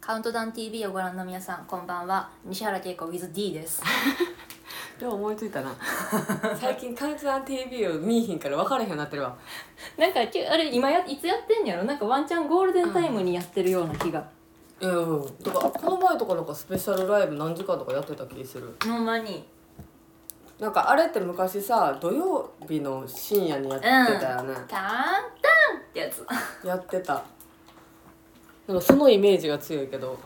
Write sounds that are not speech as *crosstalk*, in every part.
カウントダウン TV をご覧の皆さんこんばんは西原恵子 WithD ですでも思いついたな最近「カウントダウン TV」を見いひんから分からへんようになってるわ *laughs* なんかきゅあれ今やいつやってんやろなんかワンチャンゴールデンタイムにやってるような気が、いやうんだからこの前とかなんかスペシャルライブ何時間とかやってた気するほんまになんかあれって昔さ土曜日の深夜にやってたよね、ターンタンってやつ *laughs* やってたなんかそのイメージが強いけど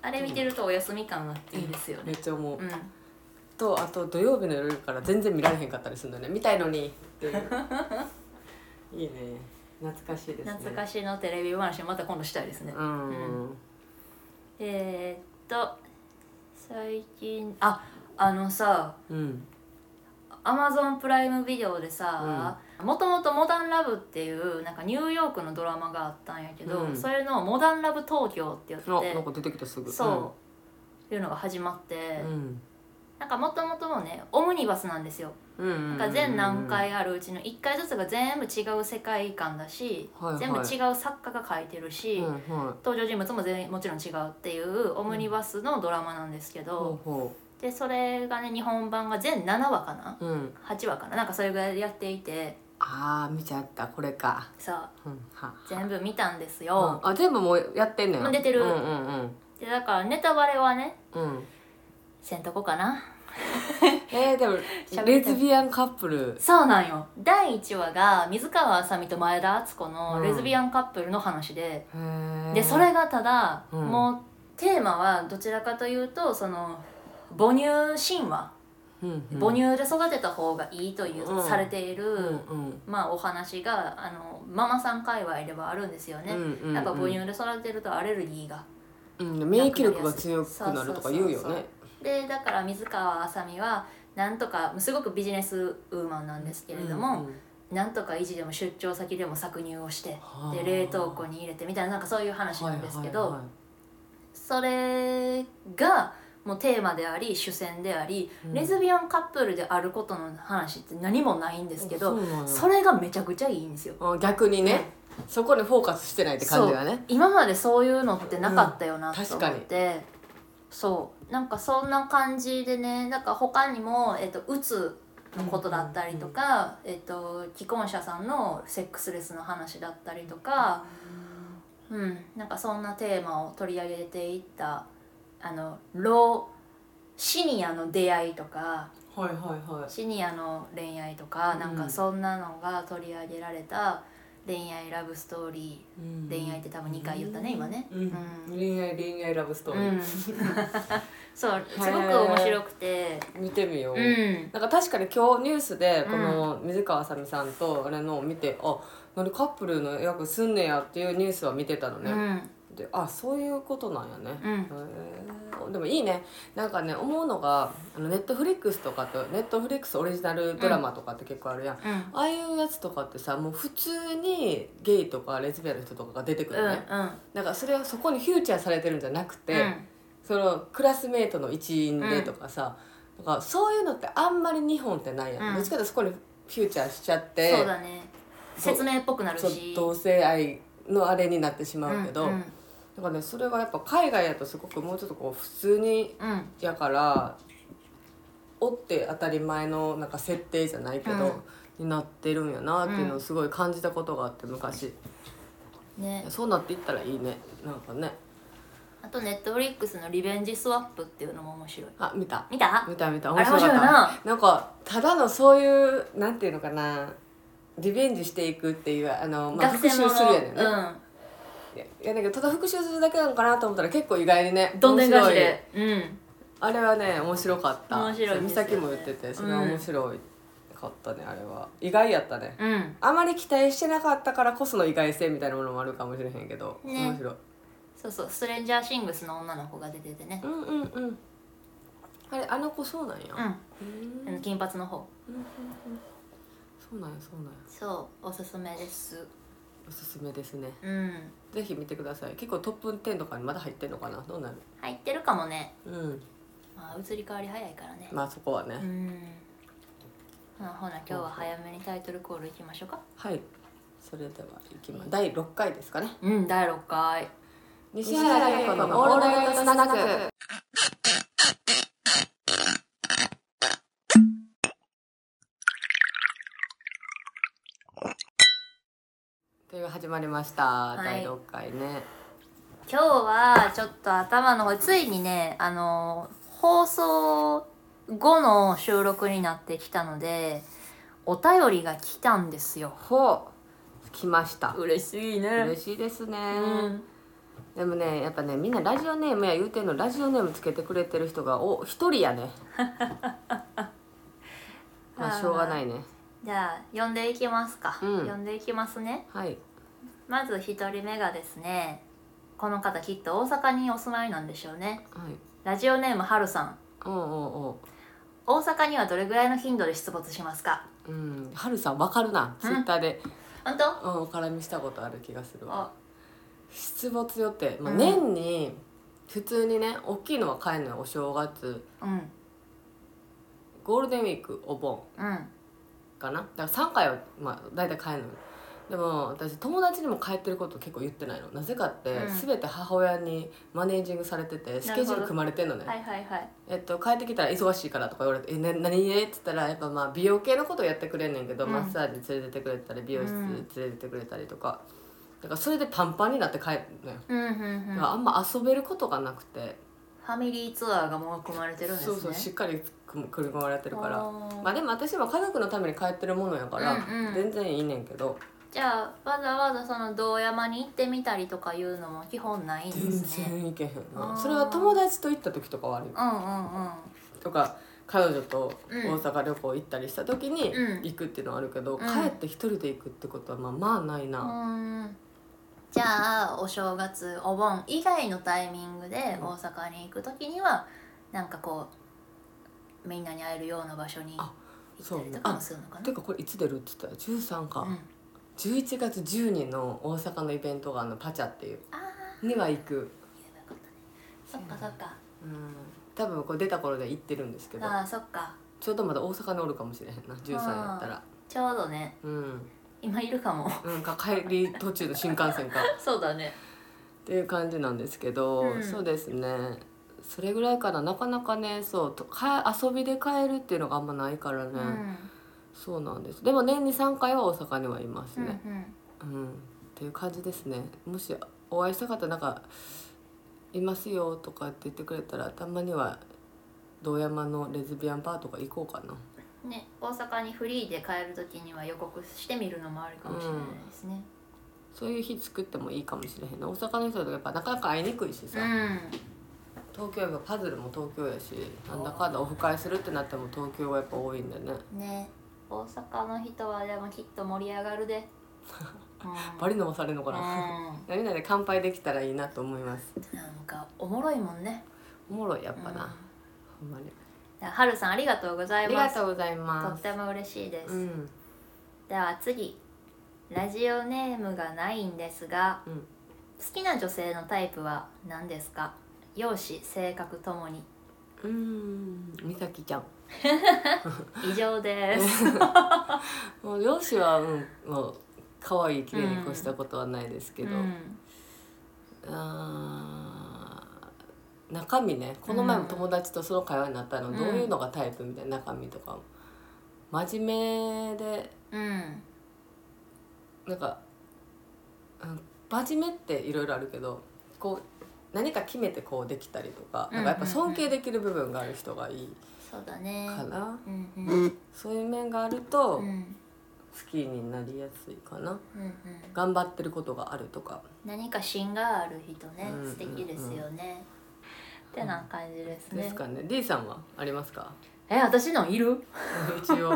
あれ見てるとお休み感があっていいですよめねっちゃ思う、うんとあと土曜日の夜から全然見られへんかったりするんだね見たいのにっていう *laughs* いいね懐かしいですね懐かししいのテレビ話また今度したいですね、うん、えー、っと最近ああのさうん、アマゾンプライムビデオでさもともと「モダンラブ」っていうなんかニューヨークのドラマがあったんやけど、うんそれの「モダンラブ東京」ってやあってなんか出てきたすぐそう、っていうのが始まって、うんなんかもともともねオムニバスなんですよ、うんうんうんなんか全何回あるうちの1回ずつが全部違う世界観だし、はいはい全部違う作家が書いてるし、うんはい登場人物も全員もちろん違うっていうオムニバスのドラマなんですけほど、うほでそれがね日本版が全7話かなううん8話かななんかそれぐらいでやっていてああ見ちゃったこれかさあうんは全部見たんですうんよ、あ全部もうやってんのもよう出てるうんうんうんでだからネタバレはねうんせんとこかなえー、 *laughs* でもりたいレズビアンカップルそうなんよ第1話が水川あさみと前田敦子うのんレズビアンカップルの話で、へーでそれがただ、うんもうテーマはどちらかというとその母乳神話うんうん母乳で育てた方がいいという、うんされている、うんうんまあ、お話があのママさん界隈ではあるんですよね、うんうんうんやっぱ母乳で育てるとアレルギーがうん免疫力が強くなるとか言うよそうそうそうねでだから水川あさみはなんとかすごくビジネスウーマンなんですけれども、うんうんなんとか維持でも出張先でも搾乳をしてはあで冷凍庫に入れてみたいななんかそういう話なんですけど、はいはいはいそれがもうテーマであり主戦であり、うんレズビアンカップルであることの話って何もないんですけど、そうなんやそれがめちゃくちゃいいんですよ。あ逆にねそこにフォーカスしてないって感じだそうね今までそういうのってなかったよなうんと思って、そうなんかそんな感じでねなんか他にも、えっとうつのことだったりとか、えっと既婚者さんのセックスレスの話だったりとか、うん、なんかそんなテーマを取り上げていったあの老シニアの出会いとかはいはいはいシニアの恋愛とか、なんかそんなのが取り上げられた恋愛ラブストーリーうん恋愛って多分2回言ったね今ねうん恋愛恋愛ラブストーうリー、ん *laughs* そうすごく面白くて見てみようう、んなんか確かに今日ニュースでこの水川あさみさんとあれのを見て、あ何カップルの役すんねやっていうニュースは見てたのうね、んであそういうことなんやね、うんへえでもいいねなんかね思うのがあのネットフリックスとかとネットフリックスオリジナルドラマとかって結構あるやん、うんああいうやつとかってさもう普通にゲイとかレズビアンの人とかが出てくうんうるんね、なんかそれはそこにフューチャーされてるんじゃなくて、そのクラスメートの一員でとかさ、とかそういうのってあんまり日本ってないやん、うんどっちかというとそこにフューチャーしちゃってそうだね説明っぽくなるそうし同性愛のあれになってしまうけど、うんだからねそれはやっぱ海外やとすごくもうちょっとこう普通にうんうんやからおって当たり前のなんか設定じゃないけど、になってるんやなっていうのをすごい感じたことがあって昔、ねそうなっていったらいいねなんかねあとネットフリックスの「リベンジスワップ」っていうのも面白いあ見た見た見た見たあれ面白か面った白いなんかただのそういうなんていうのかなリベンジしていくっていうあの、まあ、復学生讐もするやねんね、ういんやいやだけどただ復讐するだけなのかなと思ったら結構意外にねどんでん返し面白いでうんあれはね面白かった面白いそうで美すよね咲も言っててそれは面白いかったね、あれは意外やったねうんあまり期待してなかったからこその意外性みたいなものもあるかもしれへんけど、ね面白いそうそうストレンジャーシングスの女の子が出ててねうんうんうんあれあの子そうなんや、うんうんあの金髪の方そうなんやそうなんやそうおすすめですおすすめですねうんぜひ見てください結構トップ10とかにまだ入ってんのかなどうなる入ってるかもねうんまあ移り変わり早いからね。まあそこはね、うん。まあほな今日は早めにタイトルコールいきましょうか。はいそれではいきます第6回ですかねうん第六回。西原玲子のオールナイトスナック。という始まりました、い第6回ね。今日はちょっと頭の方ついにねあの放送後の収録になってきたのでお便りが来たんですよほう来ました。嬉しいね嬉しいですね、うんでもねやっぱねみんなラジオネームや言うてんのラジオネームつけてくれてる人がお一人や *laughs* ねまあしょうがないねじゃあ呼んでいきますか、うん呼んでいきますねはいまず一人目がですねこの方きっと大阪にお住まいなんでしょうねはいラジオネームはるさんおうお大阪にはどれぐらいの頻度で出没しますかうおううんはるさんわかるなうツんイッターで、本当うん、お絡みしたことある気がするわあ出没予定、まあ、うん年に普通にね大きいのは帰るのよお正月うんゴールデンウィークお盆うんかなだから3回は、まあ、大体帰るのよでも私友達にも帰ってること結構言ってないのなぜかって、うん全て母親にマネージングされててスケジュール組まれてんのね、はいはいはいえっと、帰ってきたら忙しいからとか言われて「えな何ね?」っつったらやっぱまあ美容系のことをやってくれんねんけど、うんマッサージ連れてってくれたり美容室うん連れてってくれたりとか、だからそれでパンパンになって帰るのよ、うんうんうんだからあんま遊べることがなくてファミリーツアーがもう組まれてるんですね。そうそうしっかり組組み込まれてるからおーまあでも私も家族のために帰ってるものやから、うんうん全然いいねんけどじゃあわざわざその道山に行ってみたりとかいうのも基本ないんで全すね。然いけへんな、あーそれは友達と行った時とかはあるようんうんうん。とか彼女とうん大阪旅行行ったりした時にうん行くっていうのはあるけど、ん帰って一人で行くってことはまあまあないな、うーんじゃあお正月お盆以外のタイミングで大阪に行く時にはなんかこうみんなに会えるような場所に行あったりとかもするのかてな。かこれいつ出るって言ったら13か、うん、 11月10日の大阪のイベントがあのパチャっていうああには行く、言えばよかったね。そっかそっか。うん、多分これ出た頃で行ってるんですけどああそっか。ちょうどまだ大阪におるかもしれへんな13やったらちょうどねうん、今いるか *laughs* も。うん、か帰り途中の新幹線かそうだね。っていう感じなんですけど、うんそうですねそれぐらいかななかなかねそうとか遊びで帰るっていうのがあんまないからね、うんそうなんですでも年に3回は大阪にはいますね、うんうんうんっていう感じですねもしお会いした方なんか「いますよ」とかって言ってくれたらたまには堂山のレズビアンバーとか行こうかなね、大阪にフリーで帰る時には予告してみるのもあるかもしれないですね。そういう日作ってもいいかもしれへんな大阪の人とかやっぱなかなか会いにくいしうさ、ん、東京やっぱパズルも東京やしなんだかんだオフ会するってなっても東京はやっぱ多いんでねね大阪の人はでもきっと盛り上がる *laughs* で。うんバリ飲まされるのかな、う *laughs* みんなで乾杯できたらいいなと思いますん、なんかおもろいもんね。おもろいやっぱうんな、ほんまにじゃあはるさんありがとうござあいりまがす。とうございとまっすても嬉しいです。うんでは次、ラジオネームがないんですが、うん好きな女性のタイプは何ですか？容姿、性格ともにうーん美咲ちゃん以上です。もう両親はうんもう可愛い綺麗に越したことはない *laughs* ですけど、うんあー中身ねこの前も友達とその会話になったの、うんどういうのがタイプみたいな中身とかも真面目でうんなんか、うん、真面目っていろいろあるけどこう何か決めてこうできたりとか,、うんうんうんなんかやっぱ尊敬できる部分がある人がいいそうだね。かな、うんうんそういう面があるとう好んきになりやすいかな、うんうん、頑張ってることがあるとか何か芯がある人ね、うんうんうん素敵ですよね。ってな感じですね。ですかね D さんはあります *laughs* かえ、私のいる？一応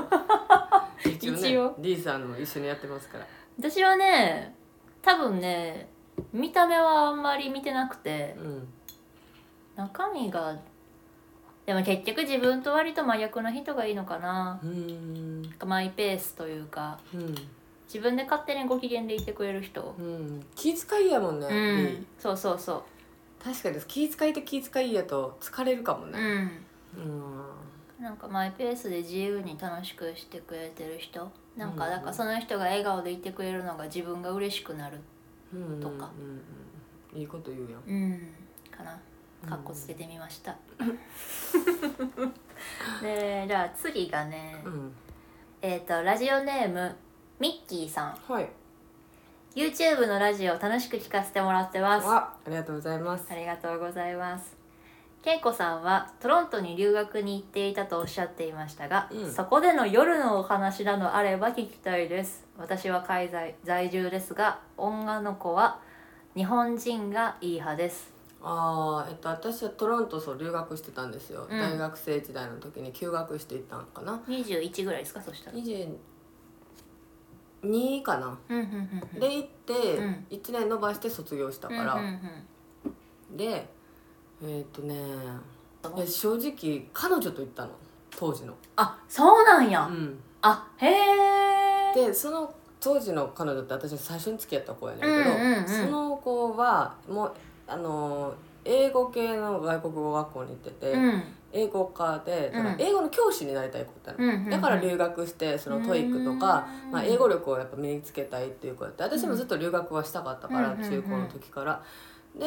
一応ね一応 D さんも一緒にやってますから私はね、多分ね、見た目はあんまり見てなくて、うん中身がでも結局自分と割と真逆の人がいいのかな。うーんマイペースというか、うん自分で勝手にご機嫌でいてくれる人。うん気遣いやもんね、う D ん、そうそうそ確かに気遣いって気遣いやと疲れるかもう。うねん。うんなんかマイペースで自由に楽しくしてくれてる人なんかうんだからその人が笑顔でいてくれるのが自分が嬉しくなるうんとかうんうんいいこと言うやんうんかなかっこつけてみま *laughs* した、でじゃあ次がね、うんえっ、とラジオネームミッキーさんはい、 YouTube のラジオ楽しく聞かせてもらってますあわありがとうございます、りがとうございますけいこさんはトロントに留学に行っていたとおっしゃっていましたが、うんそこでの夜のお話などあれば聞きたいです私は海外在住ですが女の子は日本人がいい派ですああえっと私はトロントそう留学してたんですよ、うん大学生時代の時に休学していったのかな21ぐらいですかそしたら22かな、うんうんうんうんで行ってうん1年延ばして卒業したから、うんうんうんでえーっ、とねいや正直彼女と行ったの当時の、あそうなんや、うん、あへえでその当時の彼女って私の最初に付き合った子やねんけうど、んうんうんその子はもうあのー英語系の外国語学校に行ってて、うん英語科でだからうん英語の教師になりたい子だったの、うんうんうんだから留学してそのトイックとか、うんまあ、英語力をやっぱ身につけたいっていう子だって私もずっと留学はしたかったから、うん中高の時から。で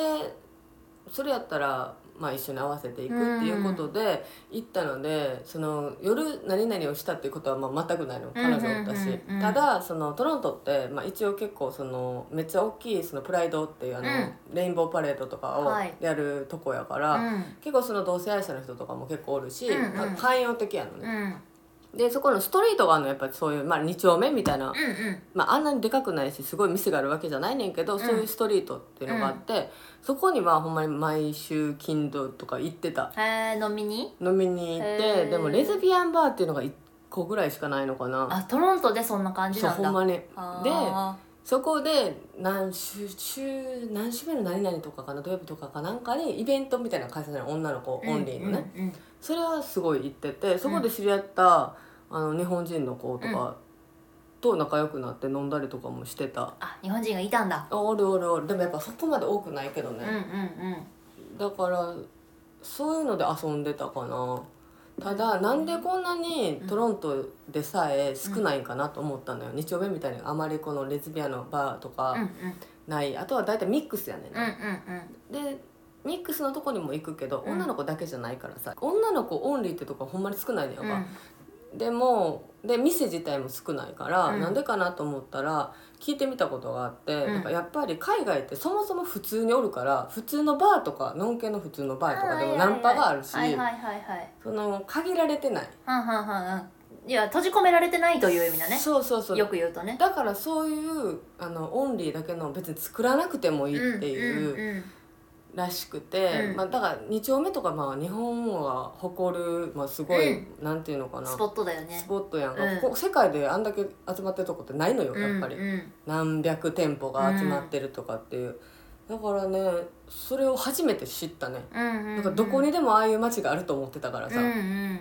それやったら、まあ、一緒に合わせていくっていうことで行ったのでその夜何々をしたっていうことはまあ全くないの彼女だったうんうし、んうんうんただそのトロントって、まあ、一応結構そのめっちゃ大きいそのプライドっていうあの、うレインボーパレードとかをはいやるとこやから。うん結構その同性愛者の人とかも結構おるし、うんうんまあ寛容的やのうね、んでそこのストリートがあるのやっぱりそういう、まあ、2丁目みたいな、うんうんまあ、あんなにでかくないしすごい店があるわけじゃないねんけど、そういうストリートっていうのがあって、そこにはほんまに毎週金土とか行ってたへえ飲みに飲みに行ってへーでもレズビアンバーっていうのが1個ぐらいしかないのかなあトロントでそんな感じそうなんだほんまにあそこで何週週何週目の何々とかかな土曜日とかかなんかにイベントみたいなの開催される女の子ーオンリーのね、うんうんそれはすごい行っててそこで知り合った、あの日本人の子とかと仲良くなって飲んだりとかもしてた、あ日本人がいたんだあおるおるおるでもやっぱそこまで多くないけどうんうんうね、んだからそういうので遊んでたかなただなんでこんなにトロントでさえ少ないんかなと思ったのよ、日曜日みたいにあまりこのレズビアンのバーとうんうんかない、あとは大体ミックスやねんうんな、でミックスのとこにも行くけどうん女の子だけじゃないからさ女の子オンリーってとこほんまに少ないのよ、うんうんうんでもで店自体も少ないから、うんなんでかなと思ったら聞いてみたことがあって、んなんかやっぱり海外ってそもそも普通におるから普通のバーとかのんけの普通のバーとかでもナンパがあるし、はいはいはいはいその限られてないはんはんはんはんいや閉じ込められてないという意味だねそうそうそうよく言うとねだからそういうあのオンリーだけの別に作らなくてもいいっていう、んうんらしくて、うんまあ、だから2丁目とかまあ日本が誇る、まあ、すごい、うなんていうのかうんなスポットだよねスポットやんか、うんここ世界であんだけ集まってるとこってないのよやっぱり。うんうん何百店舗が集まってるとかっていう、だからねそれを初めて知ったねうんうんうなんんかどこにでもああいう街があると思ってたからさ、うんうん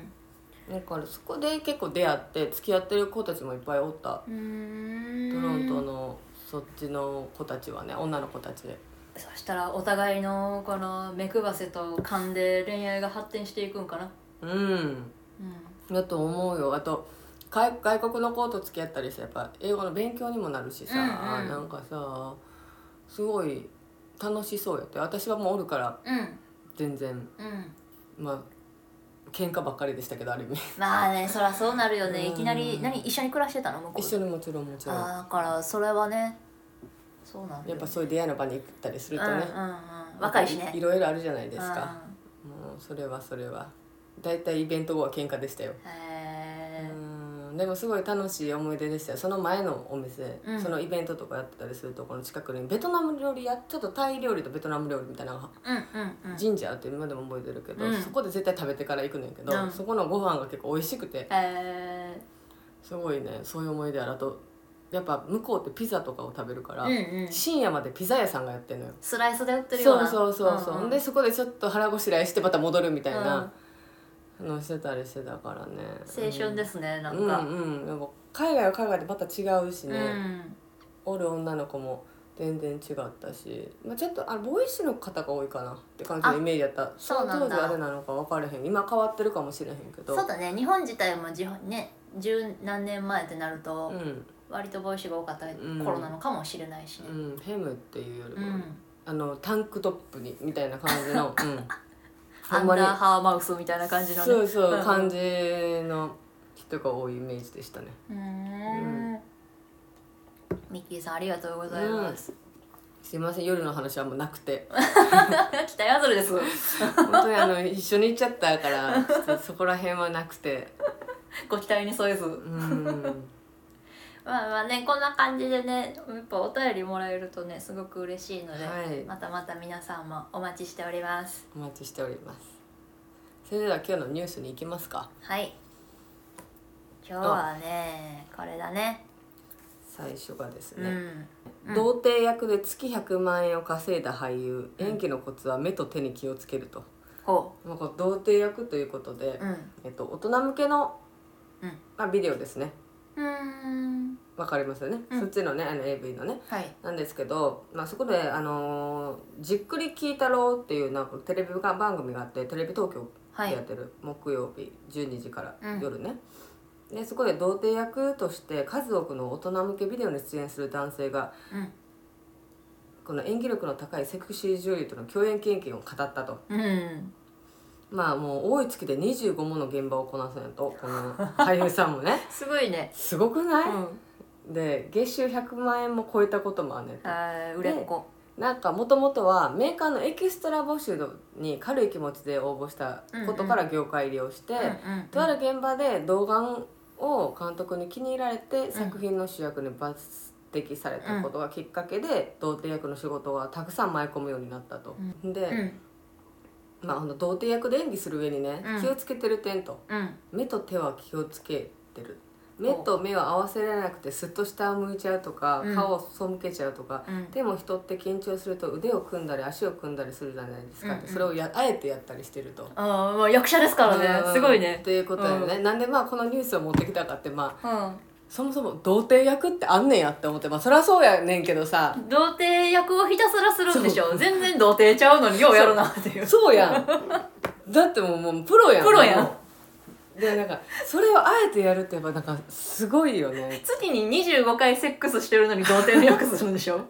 だからそこで結構出会って付き合ってる子たちもいっぱいおったうーんトロントのそっちの子たちはね女の子たちでそしたらお互いのこの目くばせと勘で恋愛が発展していくんかなうんうだと思うよあと外外国の子と付き合ったりしてやっぱ英語の勉強にもなるしさ、うんうんなんかさすごい楽しそうやって私はもうおるからんうん全然うんまあ喧嘩ばっかりでしたけどある意味まあねそりゃそうなるよねうんいきなり何一緒に暮らしてたの向こう *laughs* 一緒にもちろんもちろんあーだからそれはねそうなんだやよっぱそういう出会いの場に行ったりするとね、うんうんうん、若いしねいろいろあるじゃないですかうもうそれはそれはだいたいイベント後は喧嘩でしたよんへーうんでもすごい楽しい思い出でしたよその前のお店、うんそのイベントとかやってたりするとこの近くにベトナム料理やちょっとタイ料理とベトナム料理みたいなのがうんうんうん神社あって今でも覚えてるけど、うんそこで絶対食べてから行くねんけど、うんそこのご飯が結構美味しくてへすごいねそういう思い出あるあとやっぱ向こうってピザとかを食べるから、ーうんうん深夜までピザ屋さんがやってるのよスライスで売ってるようそうなそうそうそう、んんでそこでちょっと腹ごしらえしてまた戻るみたいなうん、のしてたりしてたからね青春ですねなんうんか、うんでも海外は海外でまた違うしうんね、おる女の子も全然違ったし、まあ、ちょっとあボイスの方が多いかなって感じのイメージだったそそうのなん当だ時あれなのか分からへん今変わってるかもしれへんけどそうだね日本自体もじほね十何年前ってなると、うん割とボイシーが多かったりうん頃なのかもしれないしねう。ん、ヘムっていうよりうも、ん、ああのタンクトップにみたいな感 *laughs* じの、うん、アあんンまダりーハーマウスみたいな感じのねそうそう、ん感じの人が多いイメージでしたねうーんミッキーさんありがとうござい *laughs* ます、すいません夜の話はもうな *laughs* くて北ヤズルです本当にあの一緒に行っちゃっ *laughs* たからちょっとそこら辺はなくてご期待に添えずうんまあまあねこんな感じでねやっぱお便りもらえるとねすごく嬉しいので、はいまたまた皆さんもお待ちしておりますお待ちしておりますそれでは今日のニュースに行きますかはい今日はねこれだね最初がですうね、んうん童貞役で月100万円を稼いだ俳優、演技のコツは目と手に気をつけると、ほまあ、こう童貞役ということで、ううんえっと、大人向けの、うんまあ、ビデオですねうーんわかりますよね、うんそっちのねあの AV のねはいなんですけど、まあ、そこで、あのーじっくり聞いたろう」っていうなんかテレビが番組があってテレビ東京はでやいってる、木曜日12時からうん夜ね、でそこで童貞役として数多くの大人向けビデオに出演する男性がこの演技力の高いセクシー女優との共演経験を語ったとうん、うん、まあもう多い月で25もの現場をこなすんやとこの俳優さんもねすごいねすごくうない、んで月収100万円も超えたこともあんねんてあー売れっ子なんかもともとはメーカーのエキストラ募集に軽い気持ちで応募したことから業界入りをして、うんうんとある現場で童顔を監督に気に入られて作品の主役に抜擢されたことがきっかけで童貞役の仕事がたくさん舞い込むようになったと。で、うんまあ、あの童貞役で演技する上にね、うん気をつけてる点とうん目と手は気をつけてる目と目を合わせられなくてすっと下を向いちゃうとか、うん顔を背けちゃうとか、うんでも人って緊張すると腕を組んだり足を組んだりするじゃないですかって、うんうんそれをやあえてやったりしてると。ああまあ役者ですからうんねすごいねっていうことよね、なんでまあこのニュースを持ってきたかってまあうそもそも童貞役ってあんねんやって思ってまあそりゃそうやねんけどさん童貞役をひたすらするんでしょ全然童貞ちゃうのにようやるなっていうそうやんだってもうもうプロやんプロやんもうでなんかそれをあえてやるってやっぱなんかすごいよね月に25回セックスしてるのに童貞の役するんでしょ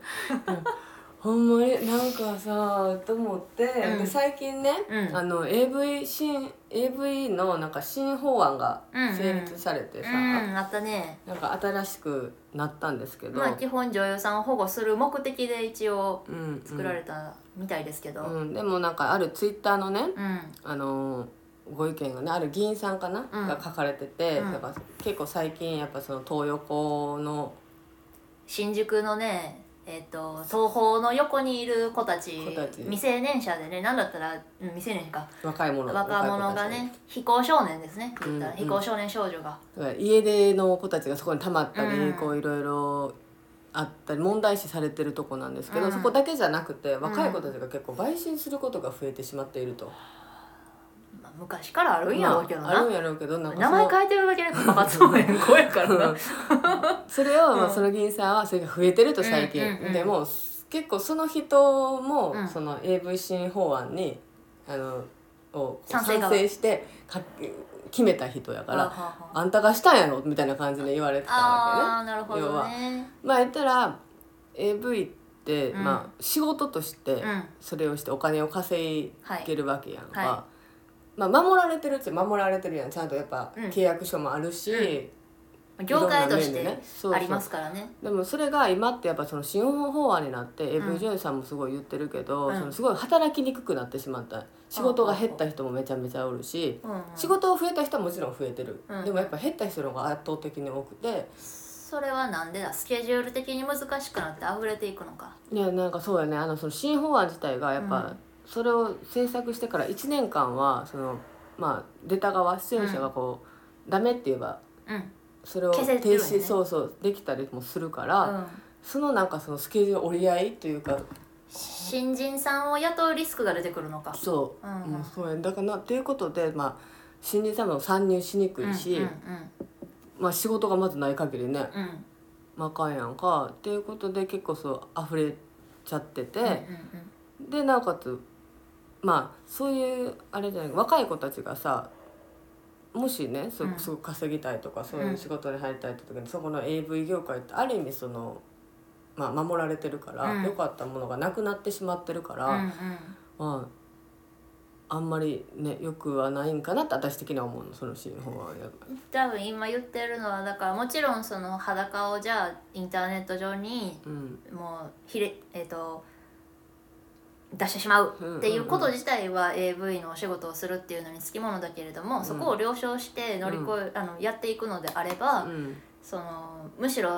ほんまになんかさと思って、うんで最近ね、うんあの AV 新 AV のなんか新法案が成立されてうんさ、あったねなんか新しくなったんですけど、まあ基本女優さんを保護する目的で一応うんうん作られたみたいですけどうんうん、でもなんかあるツイッターのね、うんあのーご意見がねある議員さんかな、うんが書かれてて、うんだから結構最近やっぱその東横の新宿のねえっと東宝の横にいる子たち子たち未成年者でねなんだったらうん未成年か若い者若者がね非行少年ですね言ったらうん非行少年少女が若い子たち家出の子たちがそこに溜まったり、うんこういろいろあったり問題視されてるとこなんですけど、うんそこだけじゃなくて若い子たちが結構売春することが増えてしまっていると、まあ昔からあるんやまろうけどあ、あるんなやろうけどなんか名その前変えてるだけでパパツもえん *laughs* 子やからな *laughs* それを、まあうんその議員さんはそれが増えてると最近、うんうんうんでも結構その人も、うんその AV 新法案にあのを賛成賛が成してか決めた人やから、はあはあはああんたがしたんやろみたいな感じで言われてたわあーなるほ要どはねけね。まあ言ったら AV って、うんまあ、仕事としてうんそれをしてお金を稼はいげるわけやんか。はまあ、守られてるっちゃ守られてるやんちゃんとやっぱうん契約書もあるし、業界としいろんな面でてねそうそうありますからねでもそれが今ってやっぱその新法法案になってん AV 女優さんもすごい言ってるけど、うんそのすごい働きにくくなってしまった仕事が減った人もめちゃめちゃおるし、うんうん仕事を増えた人はもちろん増えてる、うんでもやっぱ減った人の方が圧倒的に多くてそれはなんでだスケジュール的に難しくなって溢れていくのかいやなんかそうやねあのその新法案自体がやっうぱんそれを制作してから1年間はそのまあ出た側出演者がこう、ダメって言えばうんうんそれを停消せてるよね止、そうそうできたりもするから、そのなんかそのスケジュール折り合いというか新人さんを雇うリスクが出てくるのかそううんうんうん、そうやだからなっていうことで、まあ、新人さんも参入しにくいし、うんまあ、仕事がまずない限りね、うんうんまあ、あかんやんかっていうことで結構そう溢れちゃってて、うんうんでなおかつまあそういうあれじゃない若い子たちがさもしねそううんすごく稼ぎたいとか、そうういうん仕事に入りたいって時に、そこの AV 業界ってある意味そのまあ、守られてるから、うん良かったものがなくなってしまってるから、うんうんまああんまりねよくはないんかなって私的には思うのそのシーンの方はやっぱ多分今言ってるのはだからもちろんその裸をじゃあインターネット上にうんもうひれえっ、と出してしまうっていうこと自体は AV のお仕事をするっていうのにつきものだけれども、そこを了承して乗り越え、あのやっていくのであれば、うんそのむしろ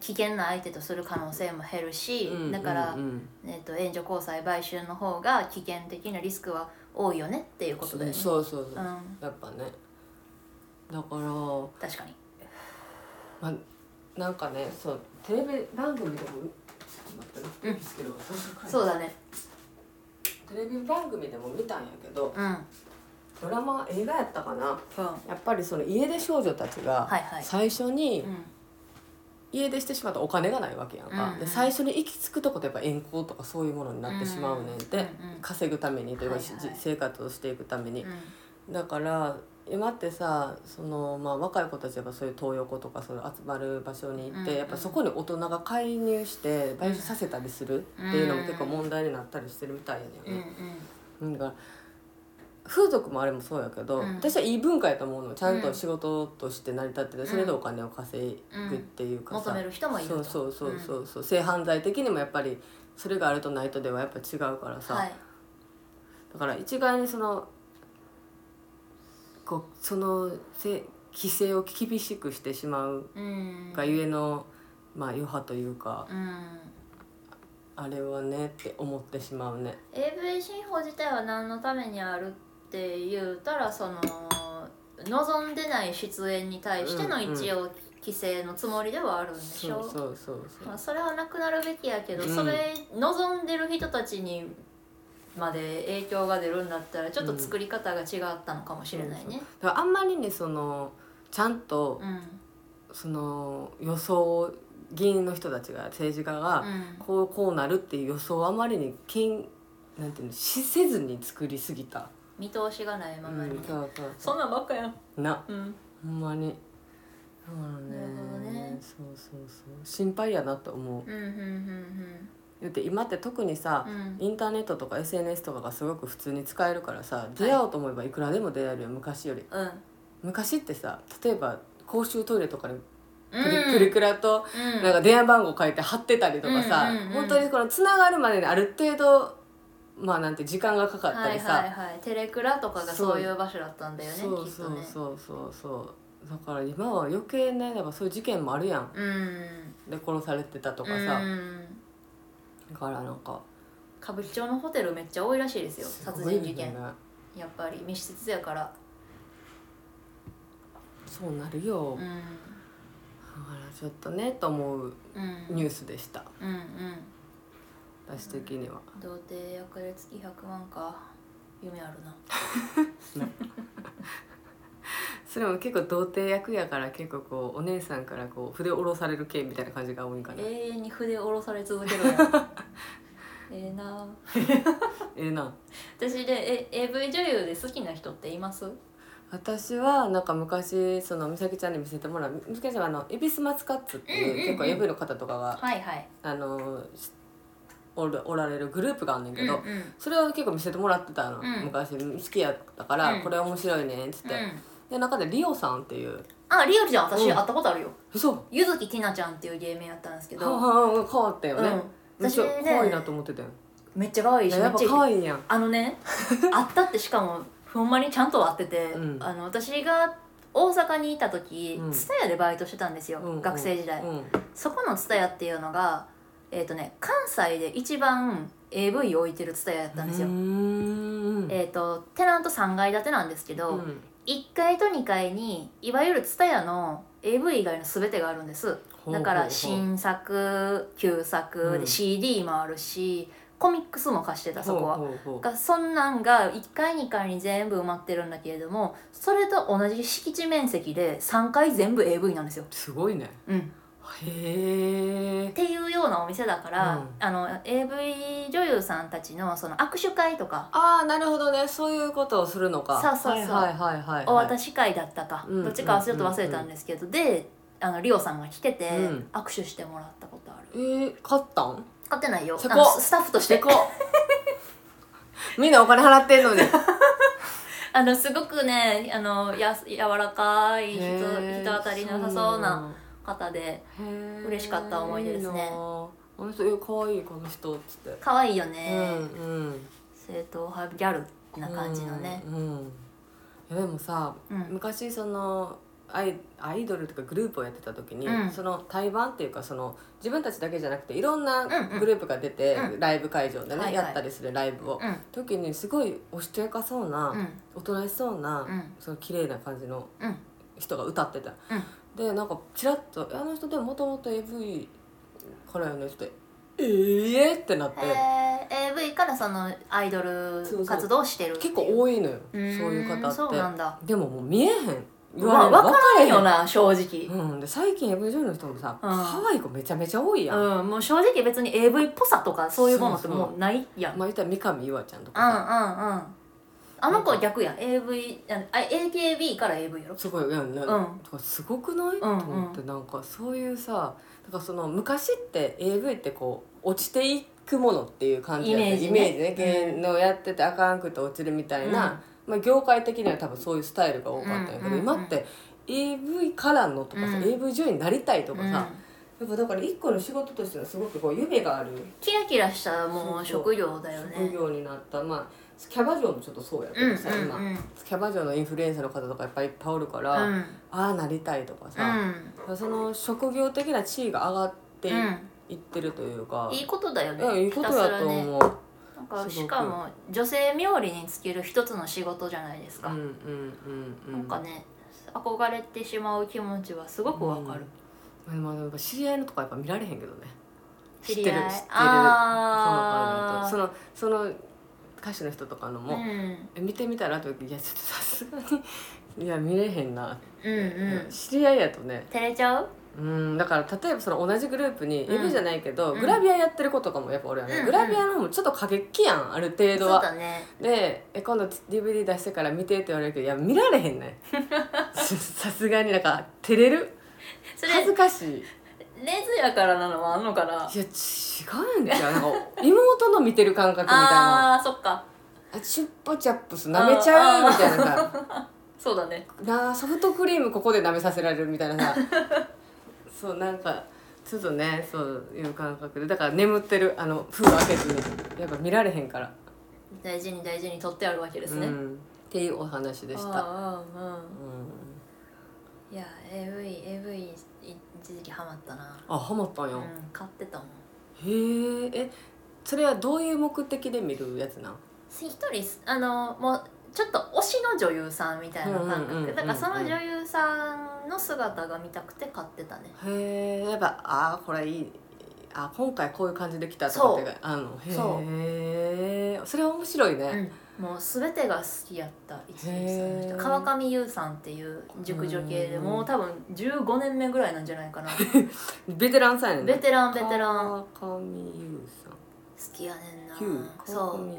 危険な相手とする可能性も減るし、うんだから、うんえっと援助交際買収の方が危険的なリスクは多いよねっていうことだよね。そうそううそう、ん、やっぱねだから確かに。まあ、なんかねそうテレビ番組でもちょっと待ってなうんですけどそうだね。テレビ番組でも見たんやけどうん。うん。ドラマ映画やったかなやっぱりその家出少女たちがはいはい最初にうん。家出してしまったらお金がないわけやんか、うんうんで最初に行き着くとことやっぱ遠行とかそういうものになってしまうねんて、うんうんうん稼ぐためにというか、はいはいじ生活をしていくために、うんだから今ってさその、まあ、若い子たちがそういう東横とかそういう集まる場所に行って、うんやっぱそこに大人が介入して買収させたりするっていうのも結構問題になったりしてるみたいやね、うんうんなんか風俗もあれもそうやけど、うん私はいい文化やと思うのちゃんと仕事として成り立ってて、んそれでお金を稼ぐっていうかさ、求める人もいるそと。うそうそうそうそう、性犯罪的にもやっぱりそれがあるとないとではやっぱ違うからさ、はい。だから一概にそのこうそのせ規制を厳しくしてしまううん。がゆえの、まあ余波というかうん。あれはねって思ってしまうね。 AV 新法自体は何のためにあるって言うたらその望んでない出演に対しての一応規制のつもりではあるんでしそょうそうそうそまうあ、それはなくなるべきやけど、うんそれ望んでる人たちにまで影響が出るんだったらちょっと作り方が違ったのかもしれないね。だからあんまりねそのちゃんと、うんその予想議員の人たちが政治家がこうこうなるっていう予想をあまりにけんなんていうのしせずに作りすぎた、見通しがないままに、うんそうそうそんなんばっかやん。なうんほんまにそうなのねなるほどねそうそうそう心配やなと思ううんうんだって今って特にさ、うんうんインターネットとか SNS とかがすごく普通に使えるからさ出会おうと思えばいくらでも出会えるよ昔よりうん昔ってさ例えば公衆トイレとかにうプんリ,、プリクラとうんなんか電話番号書いて貼ってたりとかさ、うんうんうん本当にこのつながるまでにある程度まあなんて時間がかかったりさ、はいはいはい、テレクラとかがそういう場所だったんだよねそうきっそとうねそうそうそうだから今は余計ねやっぱそういう事件もあるやんうんで殺されてたととかさ、うん、だからなんか歌舞伎町のホテルめっちゃ多いらしいですよ殺すごい人ね事件やっぱり密室やからそうなるよ、うんだからちょっとねと思ううんニュースでした、うんうん私的には、童貞役で月100万か夢あるなそれも結構童貞役やから結構こうお姉さんからこう筆を下ろされる系みたいな感じが多いんかなえ永遠に筆を下ろされ続け *laughs* るわええなえな私でえ AV 女優で好きな人っています私はなんか昔その美咲ちゃんに見せてもらう美咲ちゃんはあの恵比寿マツカッツっていううんうんうん結構 AV の方とかが、はいはいあのしおるおられるグループがあんねんけど、うんうんそれを結構見せてもらってたの、うん昔好きやったから、うんこれ面白いねっつって、うんで中でリオさんっていうあリアルじゃん私、うん会ったことあるよ嘘ゆずきティナちゃんっていう芸名やったんですけはあど、はあ変わったようね、ん、めっ私ちゃね可愛いなと思ってたよ、めっちゃ可愛いしめやっっちぱゃ可愛いやんあの *laughs* ねあったってしかもほんまにちゃんと会ってて、うんあの私が大阪にいた時うん TSUTAYA、でバイトしてたんですよ、うんうん学生時代、うんそこの TSUTAYA っていうのがえっ、とね関西で一番 AV 置いてる TSUTAYA やったんですよ、うーんえっ、とテナント3階建てなんですけど、うん1階と2階にいわゆる TSUTAYA の AV 以外の全てがあるんですほうほうほうだから新作旧作うでん CD もあるし、コミックスも貸してたそこは。ほうほうほうがそんなんが1階2階に全部埋まってるんだけれどもそれと同じ敷地面積で3階全部 AV なんですよ。すごいねうん、っへえていうようなお店だから、うんあの AV 女優さんたちのその握手会とかああなるほどねそういうことをするのかそうそうそうはいはいはいはいはいお渡し会だったか、うんどっちかはちょっと忘れたんですけど、であのリオさんが来てて、うん握手してもらったことあるえー、勝ったん買ってないよせこあのススタッフとしてこ *laughs* みんなお金払ってん *laughs* のにあのすごくねあのやす柔らかい人人当たりなさそうな方で嬉嬉しかった思い出ですねあの人え可愛いこの人っつって、可愛いよね、うんうん正統派ギャルな感じのねうん、うんいやでもさうん昔そのアイアイドルとかグループをやってた時に、うんその対バンっていうかその自分たちだけじゃなくていろんなうんうんグループが出て、うんライブ会場でね、はいはいやったりするライブを、うん時にすごいおしとやかそうな、うんおとなしそうな、うんその綺麗な感じのうん人が歌ってた、うんでなんかちらっと「あの人でももともと AV からよね」って「ええってなってへえ AV からそのアイドル活動をしてるってい結う構多いのよそううーんいう方ってそうなんだでももう見えへん言まあれば分分からんよかな正直れへん、うん、で最近 AV 女優の人もさ、うん可愛い子めちゃめちゃ多いやん、うん、もう正直別に AV っぽさとかそういうものってそうそうもうないやんまあ言ったら三上優愛ちゃんとかうんうんうんさ、あの子は逆やん AV ああ AKB から AV やろすごいやんな、うんとかすごくない、んと思ってなんかそういうさだからその昔って AV ってこう落ちていくものっていう感じやったイメージねイメージねう芸能やっててあかんくて落ちるみたいな、まあ、業界的には多分そういうスタイルが多かったんやけど、うんうんうん今って AV からのとかさ、うん AV 女優になりたいとかうんさ、やっぱだから一個の仕事としてはすごくこう夢があるキラキラしたもう職業だよね職業になったまあキャバ嬢もちょっとそうやけどさ、うんうん今うんキャバ嬢のインフルエンサーの方とかやっぱいっぱいおるから、うんああなりたいとかさ、その職業的な地位が上がってうんうんいってるというか、いいことだよいやねいいことやとね思う、なんかすごしくかも女性冥利に尽きる一つの仕事じゃないですうか、んうんうんうなんかね憧れてしまう気持ちはすごくわかる、うんまあでもやっぱ知り合いのとかやっぱ見られへんけどね知知りって合るい知ってるあーその彼女とそのその歌手の人とかのうも、ん、え見てみたらといういやちょっとさすがにい *laughs* や見れへんな、うんうん知り合いやとね照れちゃううんだから例えばその同じグループにうん AV じゃないけど、うんグラビアやってる子とかもやっぱ俺はね、うんうんグラビアの方もちょっと過激やんある程そ度うはだねでえ今度 DVD 出してから見てって言われるけどいや見られへ *laughs* んねささすがになんか照れるそれ恥ずかしいいレズやからなのはあんのかなや違うんだよなんか妹の見てる感覚みたいなああーそっかチュッパチャップス舐めちゃうみたいなさそうだねなあソフトクリームここで舐めさせられるみたいなさそうなんかちょっとねそういう感覚でだから眠ってるあの封開けずにやっぱ見られへんから大事に大事に取ってあるわけですね、うん、っていうお話でした、あーうんうう、んんいや AV AV 一時期ハマったなあハマったんや、うん買ってたもんへーえそれはどういう目的で見るやつなん一人あのもうちょっと推しの女優さんみたいな感うんうんうんうんう覚んだからその女優さんの姿が見たくて買ってたねへえやっぱあーこれいいあ今回こういう感じできたとかってそがあんのそうへえそれは面白いね、うん、もう全てが好きやった一流さんのへ人ー川上優さんっていう熟女系でうんもう多分15年目ぐらいなんじゃないかなベテランさんやねベテランベテラン好川上優さんきやねんなヒューそ川う上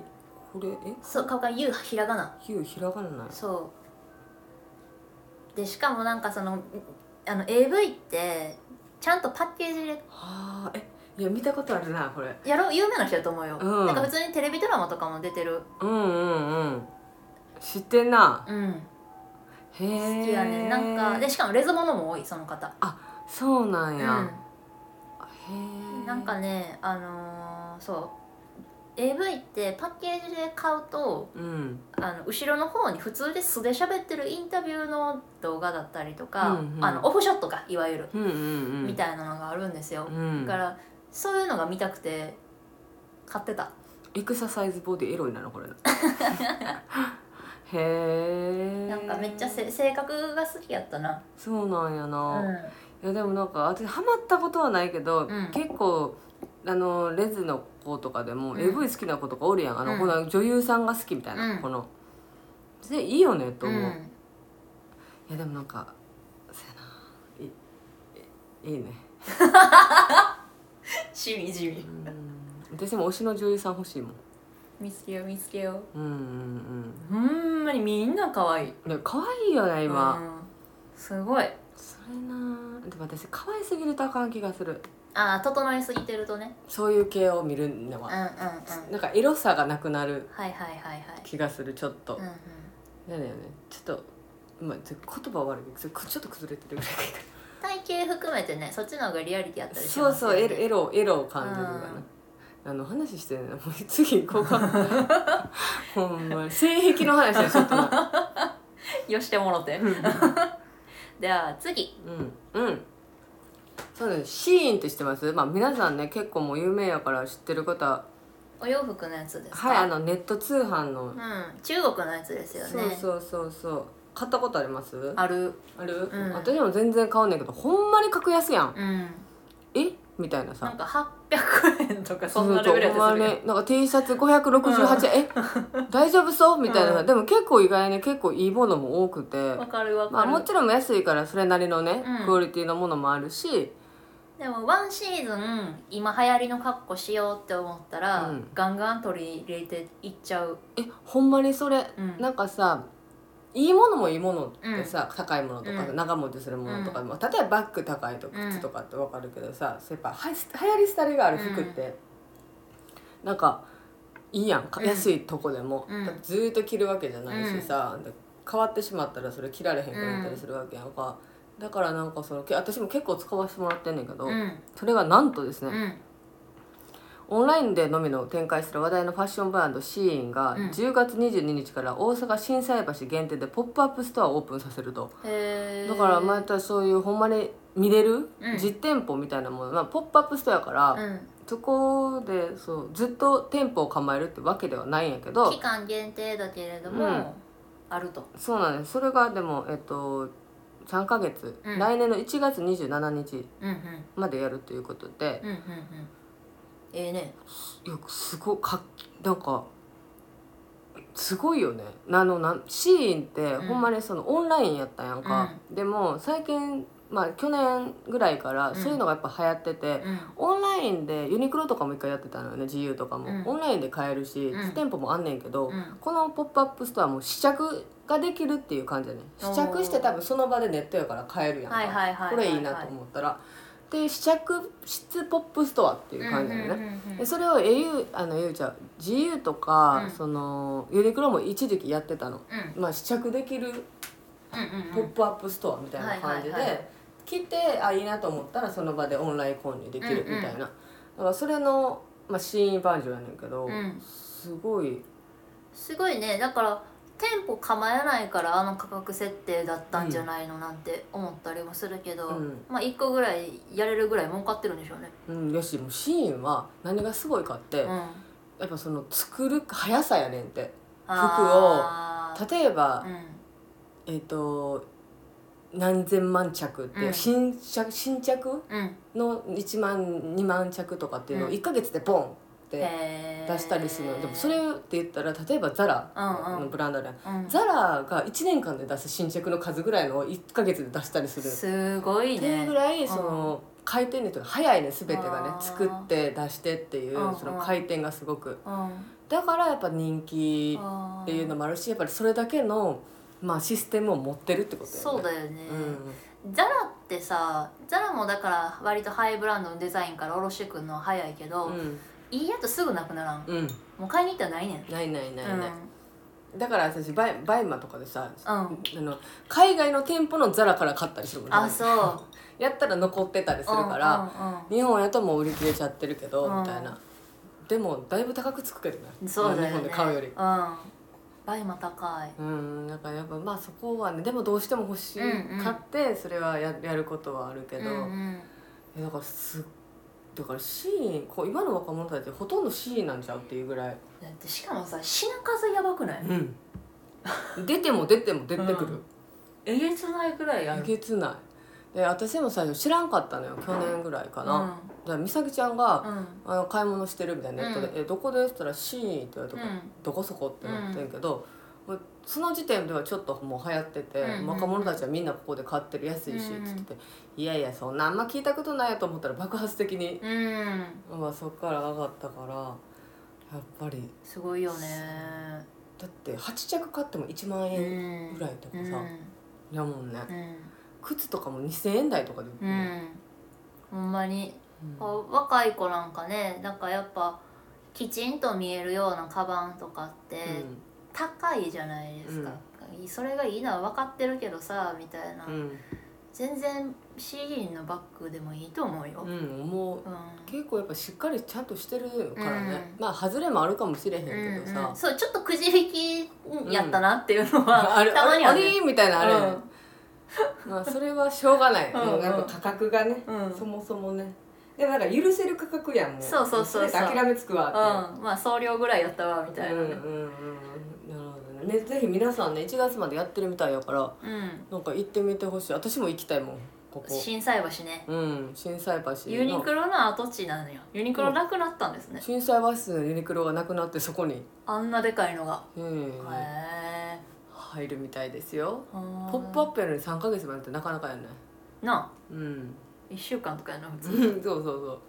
これえそう川上優ひらがなヒューひらがななんやそうでしかもなんかそのあの AV ってちゃんとパッケージではあえいや見たことあるなこれやろ有名な人やと思うよ、うんなんか普通にテレビドラマとかも出てるうんうんうん知ってんなうんへえ好きやねんなんかでしかもレズものも多いその方そうなんや、うんへえなんかねあのーそう AV ってパッケージで買うとうんあの後ろの方に普通で素で喋ってるインタビューの動画だったりとか、うんうんあのオフショットかいわゆる、うんうんうんみたいなのがあるんですよ、うんだからそういうのが見たくて買ってたエクササイズボディエロいなのこれへえなんかめっちゃせ性格が好きやったなそうなんやうな、んいやでもなんか私ハマったことはないけど、ん結構あのレズの子とかでも、うん AV 好きな子とかおるやんあの、うんこの女優さんが好きみたいな、うんこのでいいよねと思う、ういんやでもなんかそやないいいいねしみじみうん私も推しの女優さん欲しいもん見つけよう見つけようんうんうほんまにみんな可愛いうんいや可愛いよね今、うんすごいそれなでも私可愛すぎるとあかん気がするああ整えすぎてるとねそういう系を見るのうんはうんうんはいなんかエロさがなくなるはいはいはい気がするちょっと、うんうんなんだよねちょっと、まあ、ちょ言葉悪いけどちょっと崩れてるぐらいがいいか体型含めてねそっちの方がリアリティあったなりしそうますそうエロエロロエロを感じるかうんなあの話してるなもう次行こうか *laughs* ほんまに性癖の話はちょっとなよしてもろて *laughs* では次うんうんそうですシーンって知ってますまあ皆さんね結構もう有名やから知ってる方はお洋服のやつですかはいあのネット通販の、うん中国のやつですよねそうそうそうそう買ったことありますあるある、うん私も全然買わんねんけどほんまに格安やんうんえみたいなさなんか800円とかそんなレベルやつそうそうすおる前よねなんか T シャツ568円、え大丈夫そうみたいな、うんでも結構意外に結構いいものも多くて、わかるわまかあ、る、もちろん安いからそれなりのね、うんクオリティのものもあるしでもワンシーズン今流行りの格好しようって思ったら、うんガンガン取り入れていっちゃう、えほんまにそれ、うん、なんかさいいものもいいものってさ、高いものとか、うん長持ちするものとか、まあ、例えばバッグ高いとかうん靴とかってわかるけどさ、そうやっぱは流行り廃りがある服って、なんかいいやんかうん安いとこでも、うんだってずーっと着るわけじゃないしさ、で変わってしまったらそれ着られへんくなったりするわけやんか、だからなんかそのけ私も結構使わせてもらってんねんけど、うんそれがなんとですね、うんオンラインでのみの展開する話題のファッションブランドシーインがうん10月22日から大阪心斎橋限定でポップアップストアをオープンさせるとへーだから毎回そういうほんまに見れるうん実店舗みたいなもの、まあ、ポップアップストアやから、うん、そこでそうずっと店舗を構えるってわけではないんやけど期間限定だけれども、うんあるとそうなんですそれがでもえっと3ヶ月、うん来年の1月27日うんうんまでやるということでうんうんうんええねいやすごいかっなんかすごいよねあのなんシーインってんほんまにそのオンラインやったんやんか、でも最近まあ去年ぐらいからんそういうのがやっぱ流行ってて、うんオンラインでユニクロとかも一回やってたのよね GU とかも、うんオンラインで買えるし、うん店舗もあんねんけど、うんこのポップアップストアも試着ができるっていう感じやね試着して多分その場でネットやから買えるやんか、はいはいはいはいはいこれいいなと思ったらで試着室ポップストアっていう感じやね、うんうんうんうでんそれを au あの au ちゃん GU とか、うんそのユニクロも一時期やってたの、まあ、試着できうるんうんポップアップストアみたいな感じで、はいはいはい来てあいいなと思ったらその場でオンライン購入できるみたいな、うんうんだからそれの、まあ、シーンバージョンやねんけど、うんすごいすごいねだから店舗構えないからあの価格設定だったんじゃないのなんて思ったりもするけど、うんまあ1個ぐらいやれるぐらい儲かってるんでしょうね、うんよしもうシーンは何がすごいかって、うん、やっぱその作る速さやねんってあー例えば、うんえっ、と何千万着って、うん新着新着うんの1万2万着とかっていうのをうん1か月でボンってへー出したりするの、でもそれって言ったら例えばザラうんうのんブランドで、うんザラが1年間で出す新着の数ぐらいのを1か月で出したりするすごいっていうねぐらいその回転率が早いね全てがねあー作って出してっていううんうんその回転がすごくうんだからやっぱ人気っっていうのもあるしやっぱりそれだけの、まあ、システムを持ってるってことよね。そうだよね、うんザラってさザラもだから割とハイブランドのデザインから下ろしてくるのは早いけど、うんいいやつすぐなくならんうん、もう買いに行ったらないねんないないないない、うだから私バイバイマとかでん、さ、うん、あの海外の店舗のザラから買ったりするもんあそうやったら残ってたりするから、う日本やともう売り切れちゃってるけど、うんみたいなでもだいぶ高くつくけどねんうん、そうだよね日本で買うよりうん倍も高いうんなんかやっぱまあそこはねでもどうしても欲しい、うんうん買ってそれはややることはあるけど、うんうん、えだからすだからシーンこう今の若者たちほとんどシーンなんちゃうっていうぐらい、だってしかもさ品数やばくない、出ても出ても出てくる、うんえげつないくらいやえるげつないで私も最初知らんかったのよ去年ぐらいかな、だから美咲ちゃんうが、んうんあの買い物してるみたいなネットでう「えどこで?」って言ったら「シーン」って言われたから「うんどこそこ?」ってなってんけど、もうその時点ではちょっともう流行ってて、うんうん若者たちはみんなここで買ってる安いし、うんつってて「いやいやそんなあんま聞いたことないや」と思ったら爆発的に、うんまあ、そっから上がったからやっぱりすごいよねだって8着買っても1万う円んぐらいとかさ、うんやもんね。うん靴とかも2,000円台とかで売ってうる、んほんまにうんこう若い子なんかねなんかやっぱきちんと見えるようなカバンとかって高いじゃないですか、それがいいのは分かってるけどさみたいな、うんうん全然 CD のバッグでもいいと思うよ、うんうん、もう結構やっぱしっかりちゃんとしてるからね、うまあ外れもあるかもしれへんけどうんさうん、そうちょっとくじ引きやったなっていうのは、ある *laughs* たまにはあねれみたいなのあるやん、うんまあそれはしょうがない、うんももううややっっぱぱ価格がね、うんそもそもねでもなんか許せる価格やんもうそうそうそうそうれで諦めつくわうん、まあ送料ぐらいやったわみうんたういんなうんねなるほどねねぜひ皆さんね1月までやってるみたいやからうん、なんか行ってみてほしい私も行きたいもんここ心斎橋ねうん心斎橋のユニクロの跡地なのよユニクロなくなったんですね、震災和室のユニクロがなくなってそこに、あんなでかいのが、うんへえ入るみたいですよポ「ポップアップやのに3か月前ってなかなかやねなうん *laughs* あ1週間とかやな普そ通へうそうそう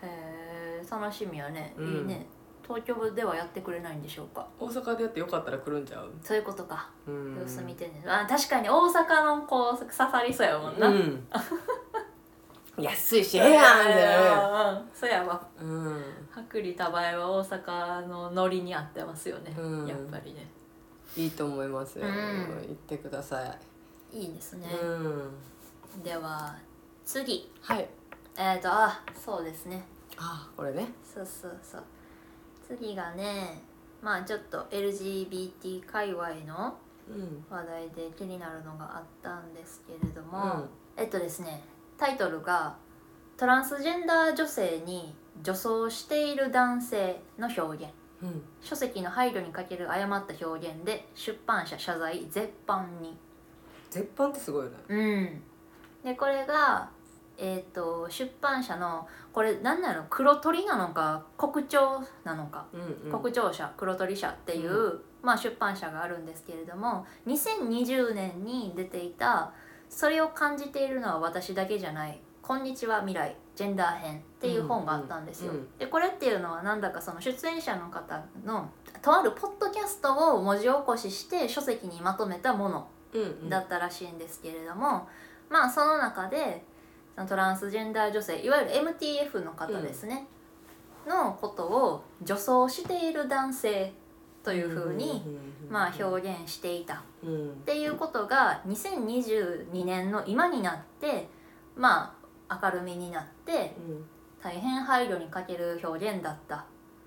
え楽しみやね、うんいいね東京ではやってくれないんでしょうか大阪でやってよかったら来るんちゃう、そういうことかうん、様子見てね、あ確かに大阪のこう刺さりそうやもんな、ううん *laughs* ん、安いしええやんみたいなねうんそうやわうん薄利多売は大阪のノリに合ってますよね、うんやっぱりねいいと思いますよ、うん行ってください、いいですね、うんでは次はいえっ、ー、とあそうですねあこれねそうそうそう次がねまあちょっと LGBT 界隈のうん話題で気になるのがあったんですけれども、うんえっとですねタイトルが「トランスジェンダー女性に女装している男性」の表現うん書籍の配慮にかける誤った表現で出版社謝罪絶版に絶版ってすごいよねうん、でこれが、えー、と出版社のこれ何なの黒鳥なのか国庁なのか、うんうん国庁社黒鳥社っていう、うまあ、出版社があるんですけれども2020年に出ていた「それを感じているのは私だけじゃない」「こんにちは未来ジェンダー編」っていう本があったんですよ。うんうんでこれっていうのはなんだかその出演者の方のとあるポッドキャストを文字起こしして書籍にまとめたものうんうんだったらしいんですけれども、まあその中でそのトランスジェンダー女性いわゆる MTF の方ですね、のことを女装している男性というふうに、んうんうんうんまあ、表現していたっうんていうことが2022年の今になってまあ明るみになって大変配慮に欠ける表現だった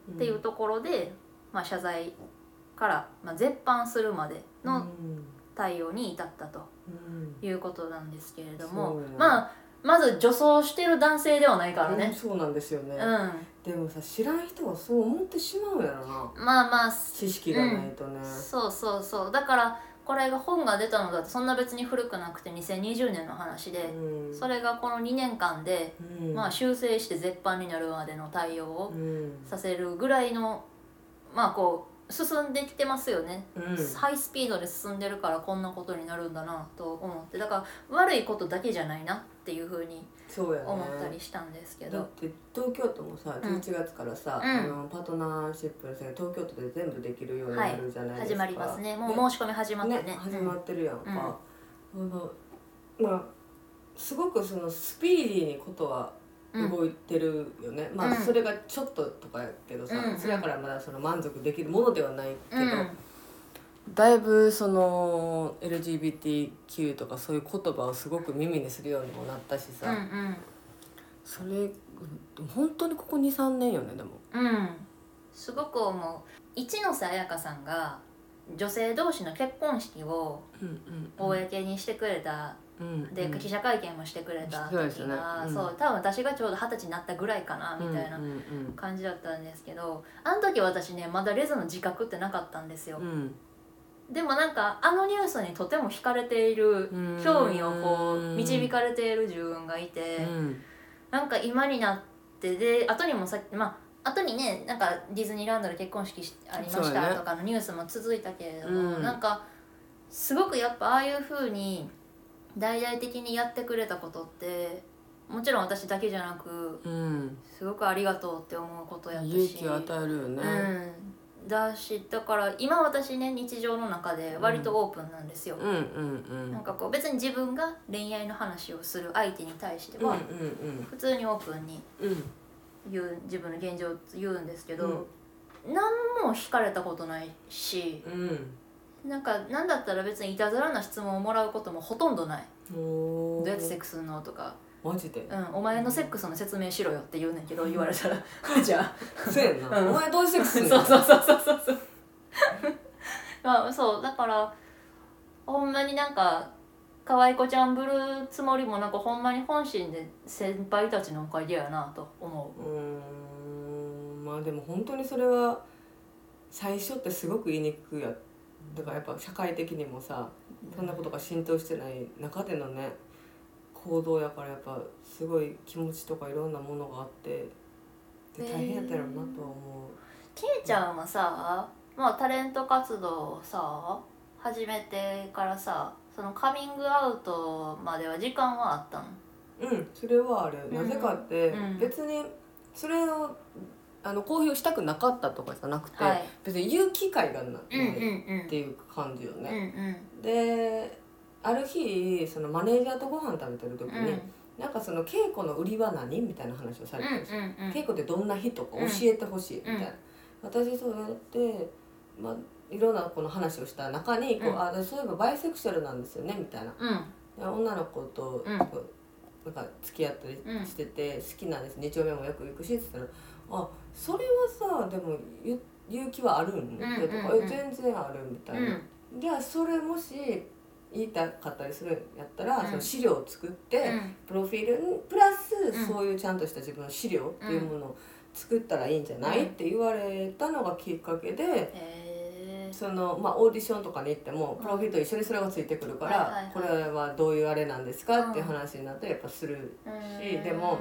うんっていうところで、まあ、謝罪から、まあ、絶版するまでうのん対応に至ったと。いうことなんですけれども、そうまあまず女装してる男性ではないからうんね、そうなんですよねうん、でもさ知らん人はそう思ってしまうんやろなまあまあ知識がないとねそうそうそうだからこれが本が出たのだってそんな別に古くなくて2020年の話で、うんそれがこの2年間で、うんまあ修正して絶版になるまでの対応をうんさせるぐらいのまあこう進んできてますよね、うんハイスピードで進んでるからこんなことになるんだなと思ってだから悪いことだけじゃないなっていうふうにそうやね思ったりしたんですけだっど、て東京都もさうん11月からさ、うんあのパートナーシップの制度東京都で全部できるようになるじゃないです始か、まりますねもう申し込み始まってね始まってるやんか、あのまあすごくそのスピーディーにことはうん動いてるよね、まあうんそれがちょっととかやけどさ、うんそれやからまだその満足できるものではないけうど、んだいぶその LGBTQ とかそういう言葉をすごく耳にするようにもなったしうさ、んそれうん本当にここ23年よねでも。うんうんすごく思う一ノ瀬彩香さんが女性同士の結婚式をうんうん公にしてくれた、うんでうん記者会見もしてくれたそうです時ねが、うんそう多分私がちょうど二十歳になったぐらいかなみたいなうんうん感じだったんですけどあの時私ねまだレズの自覚ってなかったんですよう、んでもなんかあのニュースにとても惹かれているうん興味をこう導かれている自分がいて、うんなんか今になってで後にもさっきまあ後にねなんかディズニーランドで結婚式しありまそしうやたねとかのニュースも続いたけれども、うんなんかすごくやっぱああいう風に大々的にやってくれたことってもちろん私だけじゃなくうんすごくありがとうって思うことやったし勇気を与えるよね、うん、だしだから今私ね日常の中で割とオープンなんですよ、うんうんうんなんかこう別に自分が恋愛の話をする相手に対してうんうはん普通にオープンにうん言う自分の現状を言うんですけうど、何も惹かれたことないしうんなんか何だったら別にいたずらな質問をもらうこともほとんどない「おどーうやってセックスするの?」とかマジで「うんお前のセックスの説明しろよ」って言うねんけど言われたら「 *laughs* じゃ *laughs* あそうやんな、うんお前どうしてセックスすそんうのそうそうそうそうそうまあそうだからほんまになんか可愛い子ちゃんぶるつもりもなんかほんまに本心で先輩たちのおかげやなと思うーんまあでも本当にそれは最初ってすごく言いにくくやだからやっぱ社会的にもさそんなことが浸透してない中でのね行動やからやっぱすごい気持ちとかいろんなものがあってでね大変やったやろうなとは思うけいちゃんはさまあタレント活動をさ始めてからさそのカミングアウトまでは時間はあったのううんそれはある、んなぜかってうん別にそれをあの公表したくなかったとかじゃなくて、はい別に言う機会がなういんうんっうんていう感じよね、うんうんである日そのマネージャーとご飯食べてる時うんうに、んなんかその稽古の売りは何みたいな話をされたんですよ、うん稽古ってどんな人か教えてほしいみたいな、私そうやって、まあ、いろんなこの話をした中にこう、うんあ私そういえばバイセクシャルなんですよねみたいなうんで女の子と、うんこうなんか付き合ったりしてて、好きなんです2丁目もよく行くしって言ったら「あそれはさでもゆ勇気はあるん?」ってとか「うんうんうんえ全然ある」みたいな。うんじゃあそれもし言いたかったりするんやったら、うんその資料を作って、うんプロフィールにプラス、んそういうちゃんとした自分の資料っていうものを作ったらいいんじゃない、うんって言われたのがきっかけでえーその、まあ、オーディションとかに行ってもプロフィールと一緒にそれがついてくるから、はいはいはいこれはどういうあれなんですかっていう話になってやっぱするうんでも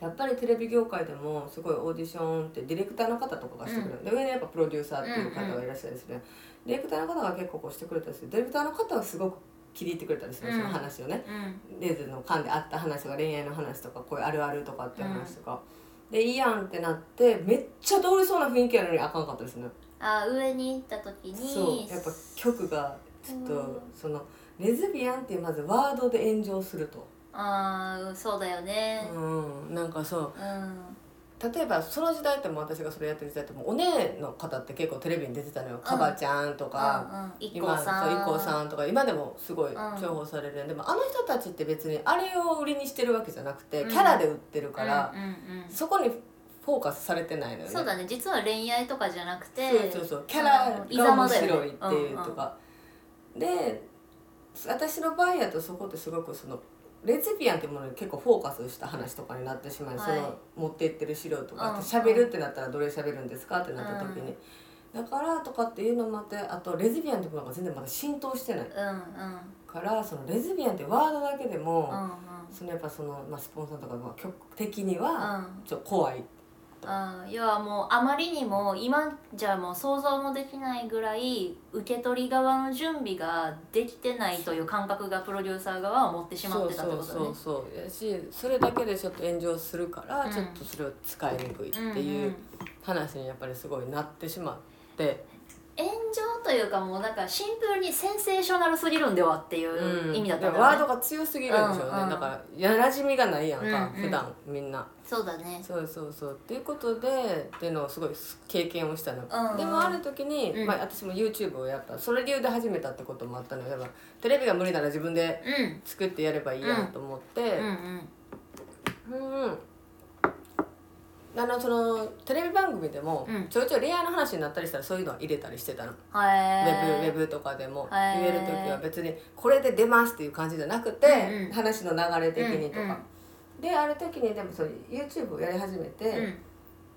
やっぱりテレビ業界でもすごいオーディションってディレクターの方とかがしてくれる、で上にやっぱプロデューサーっていう方がいらっしゃるんですね、ディレクターの方が結構こうしてくれたりするディレクターの方はすごく気に入ってくれたりする、うんその話をねうんレズの間であった話とか恋愛の話とかこういうあるあるとかっていう話とか、でいいやんってなってめっちゃ通りそうな雰囲気やのにあかんかったですねあ上に行った時にそうやっぱ曲がちょっうとんそのレズビアンっていうまずワードで炎上すると、あーそうだよねうん、なんかそううん、例えばその時代ってもう私がそれやってる時代ってもうお姉の方って結構テレビに出てたのよ、カバちゃんとか、うんうん、一今光そうさん i k さんとか今でもすごいん重宝される、でもあの人たちって別にあれを売りにしてるわけじゃなくて、うんキャラで売ってるからう、んうんうんそこにフォーカスされてないのよねそうだね実は恋愛とかじゃなくてそうそうそうキャラが面白いっていうとか、で私の場合やとそこってすごくそのレズビアンっていうものに結構フォーカスした話とかになってしまい、はいその持って行ってる資料とかうん喋るってなったらどれ喋るんですかってなった時に、だからとかっていうのもあってあとレズビアンっていうものが全然まだ浸透してないうんうんうんからそのレズビアンってワードだけでも、うんそのやっぱその、まあ、スポンサーとかまあ曲的にうはんちょっと怖い、うん、要はもうあまりにも今じゃもう想像もできないぐらい受け取り側の準備ができてないという感覚がプロデューサー側は持ってしまってたってことだね。そうそうそうそうやしそれだけでちょっと炎上するから、うんちょっとそれを使いにくいってうんうんいう話にやっぱりすごいなってしまって、炎上というかもうなんかシンプルにセンセーショナルすぎるんではっていう意味だったでんだもワーよドねが強すぎるんでしょうね、うんうんだからやなじみがないやんか、うんうん普段みんなそうだねそうそうそうっていうことでっていうのをすごい経験をしたの、うんうんでもある時に、うんまあ、私も YouTube をやっぱそれ理由で始めたってこともあったのでやっぱテレビが無理なら自分でうん作ってやればいいやんと思って、うんうんうんあのそのテレビ番組でも、うんちょいちょい恋愛の話になったりしたらそういうのは入れたりしてたの、ウェブウェへブとかでもへ言ーえる時は別にこれで出ますっていう感じじゃなくて、うんうん話の流れ的にとか、うんうんである時にでもそれ YouTube をやり始めて、え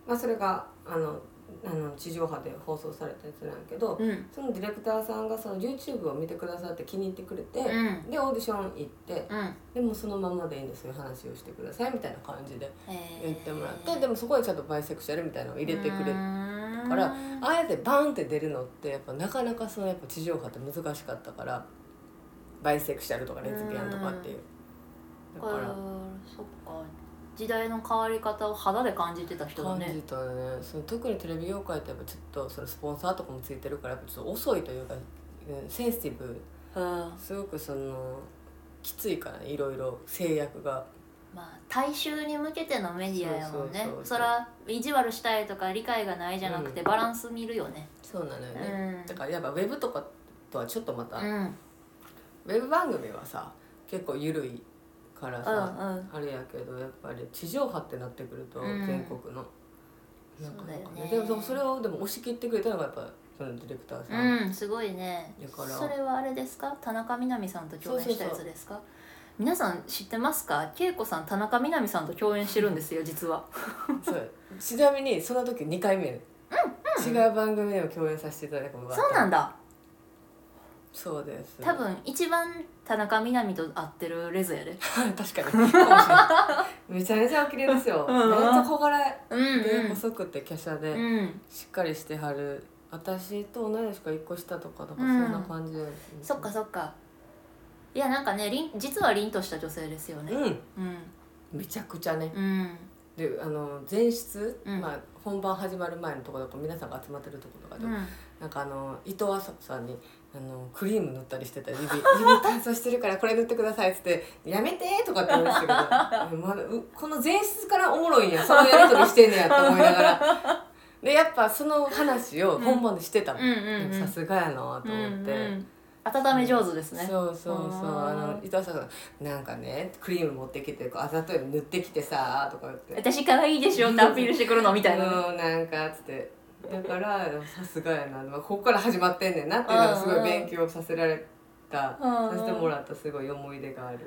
まあ、それがあのあの地上波で放送されたやつなんやけど、うんうんそのディレクターさんがその YouTube を見てくださって気に入ってくれて、うんでオーディション行って、うんでもそのままでいいんですよ話をしてくださいみたいな感じでへ言ーってもらってでもそこにちゃんとバイセクシャルみたいなのを入れてくれうたーんからあえてバンって出るのってやっぱなかなかそのやっぱ地上波って難しかったからバイセクシャルとかレズビアンとかっていうだこかれらそっか時代の変わり方を肌で感じてた人だ感ねじたねその特にテレビ業界ってやっぱちょっとそのスポンサーとかもついてるからやっぱちょっと遅いというかうんセンシティブうんすごくそのきついからねいろいろ制約がまあ大衆に向けてのメディアやもんねそうそうそうそうそら意地悪したいとか理解がないじゃなくて、うんバランス見るよねそうなのようね、んだからやっぱウェブとかとはちょっとまた、うんうんウェブ番組はさ結構緩いからさ、うんあれやけどやっぱり地上波ってなってくると、うん全国のなんそかうだよなんかねでもでもそれをでも押し切ってくれたのがやっぱそのディレクターさん、うん、すごいねだからそれはあれですか田中みな実さんと共演したやつですか皆さん知ってますか恵子さん田中みな実さんと共演してるんですよ実はそうちなみにその時2回目、違う番組でも共演させていただくのがあったそうなんだそうです多分一番田中みな実と会ってるレズやで *laughs* 確かにかもしれないめちゃめちゃお綺麗ですよ。うんめっちゃ小柄。うんうんで細くて華奢うでんしっかりしてはる私と同い年か1個下とかとかそうんんな感じで、そっかそっかいやなんかね凛実は凛とした女性ですよねうんうんめちゃくちゃねうんであの前室、うんまあ、本番始まる前のところとか皆さんが集まってるところとかで、うんなんかあの伊藤麻子さんにあのクリーム塗ったりしてた指 *laughs* 指乾燥してるからこれ塗ってくださいっつって「やめて!」とかって言うんですけど *laughs* うんまだうこの前室からおもろいんやそのやり取りしてんねやと思いながらでやっぱその話を本番でしてたもんうんうんうんさすがやなと思って。うん温め上手ですねそうそうそうああーの伊藤さんが「なんかねクリーム持ってきてこうあざといの塗ってきてさ」とか言って私可愛いでしょってアピールしてくるのみたいなねうんなんかつってだからさすがやな、まあ、ここから始まってんねんなっていうのがすごい勉強させられた、うんうんさせてもらったすごい思い出がある、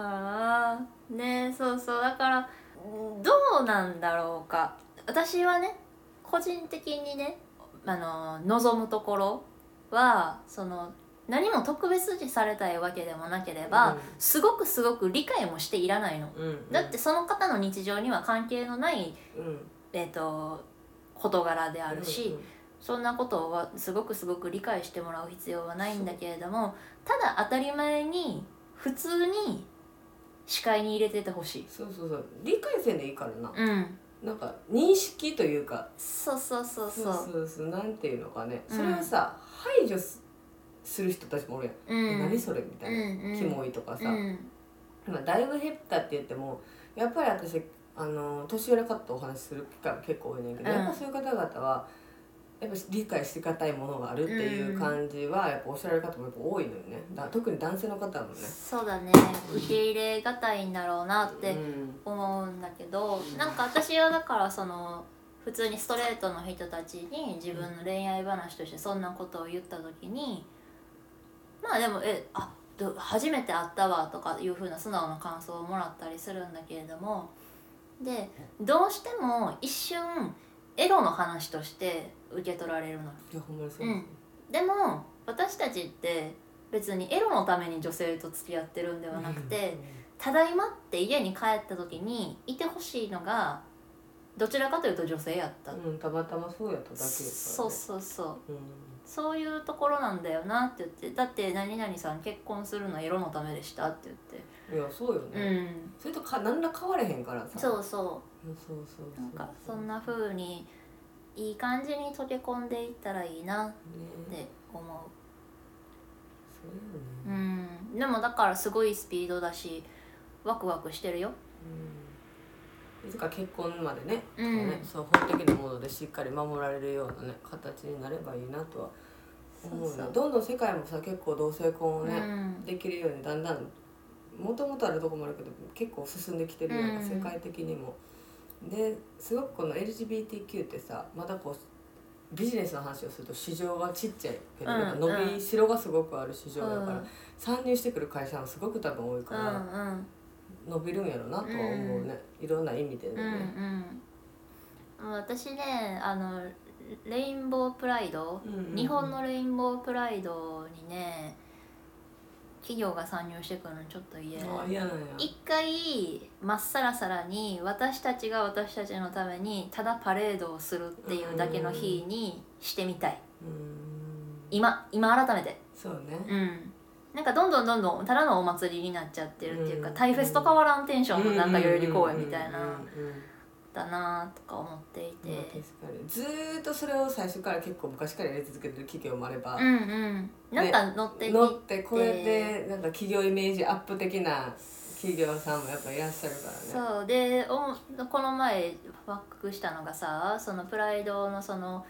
はあねそうそうだからうんどうなんだろうか私はね個人的にねあの望むところはその何も特別にされたいわけでもなければ、うんすごくすごく理解もしていらないの。うんだってその方の日常には関係のない、うんえー、と事柄でああるし、そんなことはすごくすごく理解してもらう必要はないんだけれどもただ当たり前に普通に視界に入れててほしい。そうそうそう理解せんでいいからな、うん、なんか認識というかそうそうそうそう。そうそうそうなんていうのかね、うんそれをさ排除すする人たちもおるやん、うん、何それみたいな、うんうんキモいとかさ、うんまあ、だいぶ減ったって言ってもやっぱり私あの年寄りの方とお話しする機会が結構多いねんけど、うんやっぱそういう方々はやっぱ理解しがたいものがあるっていう感じはやっぱおっしゃられる方もやっぱ多いのよねだ特に男性の方もね。そうだね受け入れがたいんだろうなってうん思うんだけど、なんか私はだからその普通にストレートの人たちに自分の恋愛話としてそんなことを言った時にまあでも「えあど初めて会ったわ」とかいうふうな素直な感想をもらったりするんだけれどもでどうしても一瞬エロの話として受け取られるの。いやほんまにそうですねでも私たちって別にエロのために女性と付き合ってるんではなくて。ただいまって家に帰った時にいてほしいのがどちらかというと女性やった、うん、うんたまたまそうやっただけやから、ね、そうそうそううん、そういうところなんだよなって言ってだって何々さん結婚するのエロのためでしたっていやそうよ言ね、ってそれとか何ら変われへんからうんさそうそうんそうそううそうなんかそんな風にいい感じに溶け込んでいったらいいなっねて思そうよううね、んでもだからすごいスピードだしワクワクしてるようんいつか結婚までね,、うんねそう法的なものでしっかり守られるようなね形になればいいなとは思うなそうそうどんどん世界もさ結構同性婚をうね、んできるようにだんだんもともとあるとこもあるけど結構進んできてるやんか、うん世界的にも。ですごくこの LGBTQ ってさまたこうビジネスの話をすると市場がちっちゃいけど、うんなんか伸びしろがすごくある市場だから、うん参入してくる会社もすごく多分多いかうら。んうん伸びるんやろなとは思うね、いろんな意味でね、うんうん、私ねあのレインボープライド、うんうんうん日本のレインボープライドにね企業が参入してくるのちょっと嫌あ嫌なんや一回まっさらさらに私たちが私たちのためにただパレードをするっていうだけの日にしてみたい、うーん今今改めてそうねうんなんかどんどんどんどんただのお祭りになっちゃってるっていうか、うんタイフェスと変わらんテンションのなんか代々木公園みたいうんうんうなんうんうんだなとか思っていて、まあ確かにずーっとそれを最初から結構昔からやり続けてる企業もあれば、うんうんなんか乗ってい乗ってこれでなんか企業イメージアップ的な企業さんもやっぱいらっしゃるからね。そうでおこの前ワクしたのがさそのプライドのその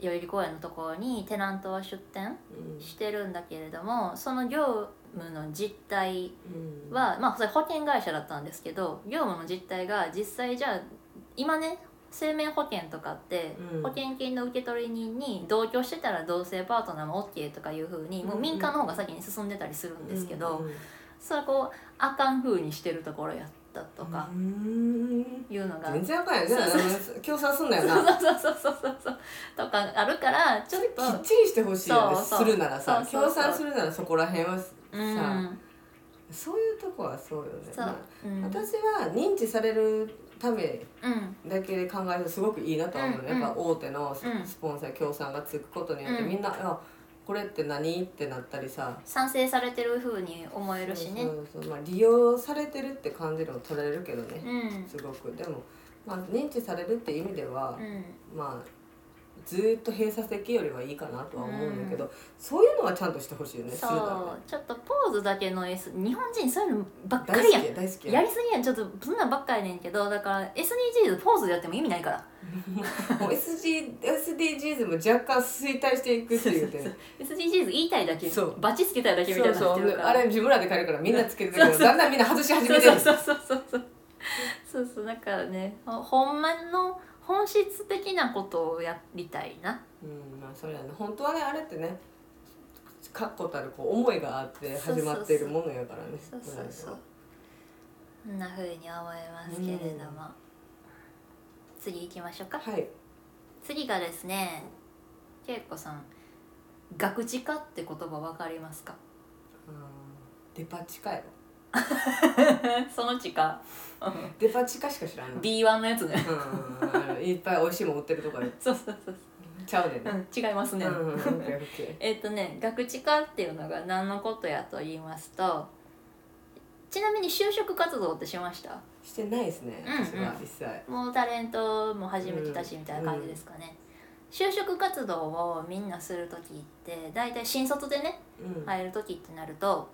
代々木公園のところにテナントは出店うんしてるんだけれどもその業務の実態うんはまあそれ保険会社だったんですけど業務の実態が実際じゃあ今ね生命保険とかってうん保険金の受取人に同居してたら同性パートナーも OK とかいうふうにもう民間の方が先に進んでたりするんですけど、それをこうあかんふうにしてるところやったとかうーんいうのが、全然あかんやんじゃあ協賛すんなよそうなそうそうそうそうそうとかあるからちちょょっっとときっちりしてほしいよねそうそうするならさそうそう協そう賛するならそこら辺はさ、うんそういうとこはそうよね、そうまうんあ私は認知されるためうんだけで考えるとすごくいいなとは思ううの、んうんやっぱ大手のスうんスポンサー協賛がつくことによって、うんみんな「あこれって何?」ってなったりさ賛成されてるふうに思えるしねそうそうそうまあ、利用されてるって感じるの取れるけどうね、んすごくでも、まあ、認知されるって意味ではう、んまあずーっと閉鎖的よりはいいかなとは思うんだけど、そういうのはちゃんとしてほしいよねすそるならうちょっとポーズだけの S 日本人そういうのばっかねり大や好んきや大好きやりすぎやんちょっとそんなんばっかりやねんけどだから SDGs ポーズでやっても意味ないからもう SG SDGs も若干衰退していくっていう点 SDGs 言いたいだけそうバチつけたいだけみたいになっそうてそるうでからあれ自分らで借りるからみんなつけてるけどだんだんみんな外し始そうめてるそうそうそうそうそうそうそうだからねほほんまの本質的なことをやりたいなうんまあそれはね本当はねあれってね確固たるこう思いがあって始まっているものやからねそうそうそうこんなふうに思いますけれども、次行きましょうかはい次がですね恵子さん「学知化」って言葉わかりますかうんデパ地下やろ *laughs* その地下デパ地下しか知らんの B1 のやつねうんあのいっぱい美味しいもん売ってるとこや *laughs* そうそうそう、ちゃうでうねん、違いますうんね、うんオッケーオッ *laughs* ケえっとね学知化っていうのが何のことやと言いますとちなみに就職活動ってしましたーしてないですねうんうん私は一切もうタレントも始めてたしうんみたいな感じですかね、就職活動をみんなする時って大体新卒でねうん入る時ってなると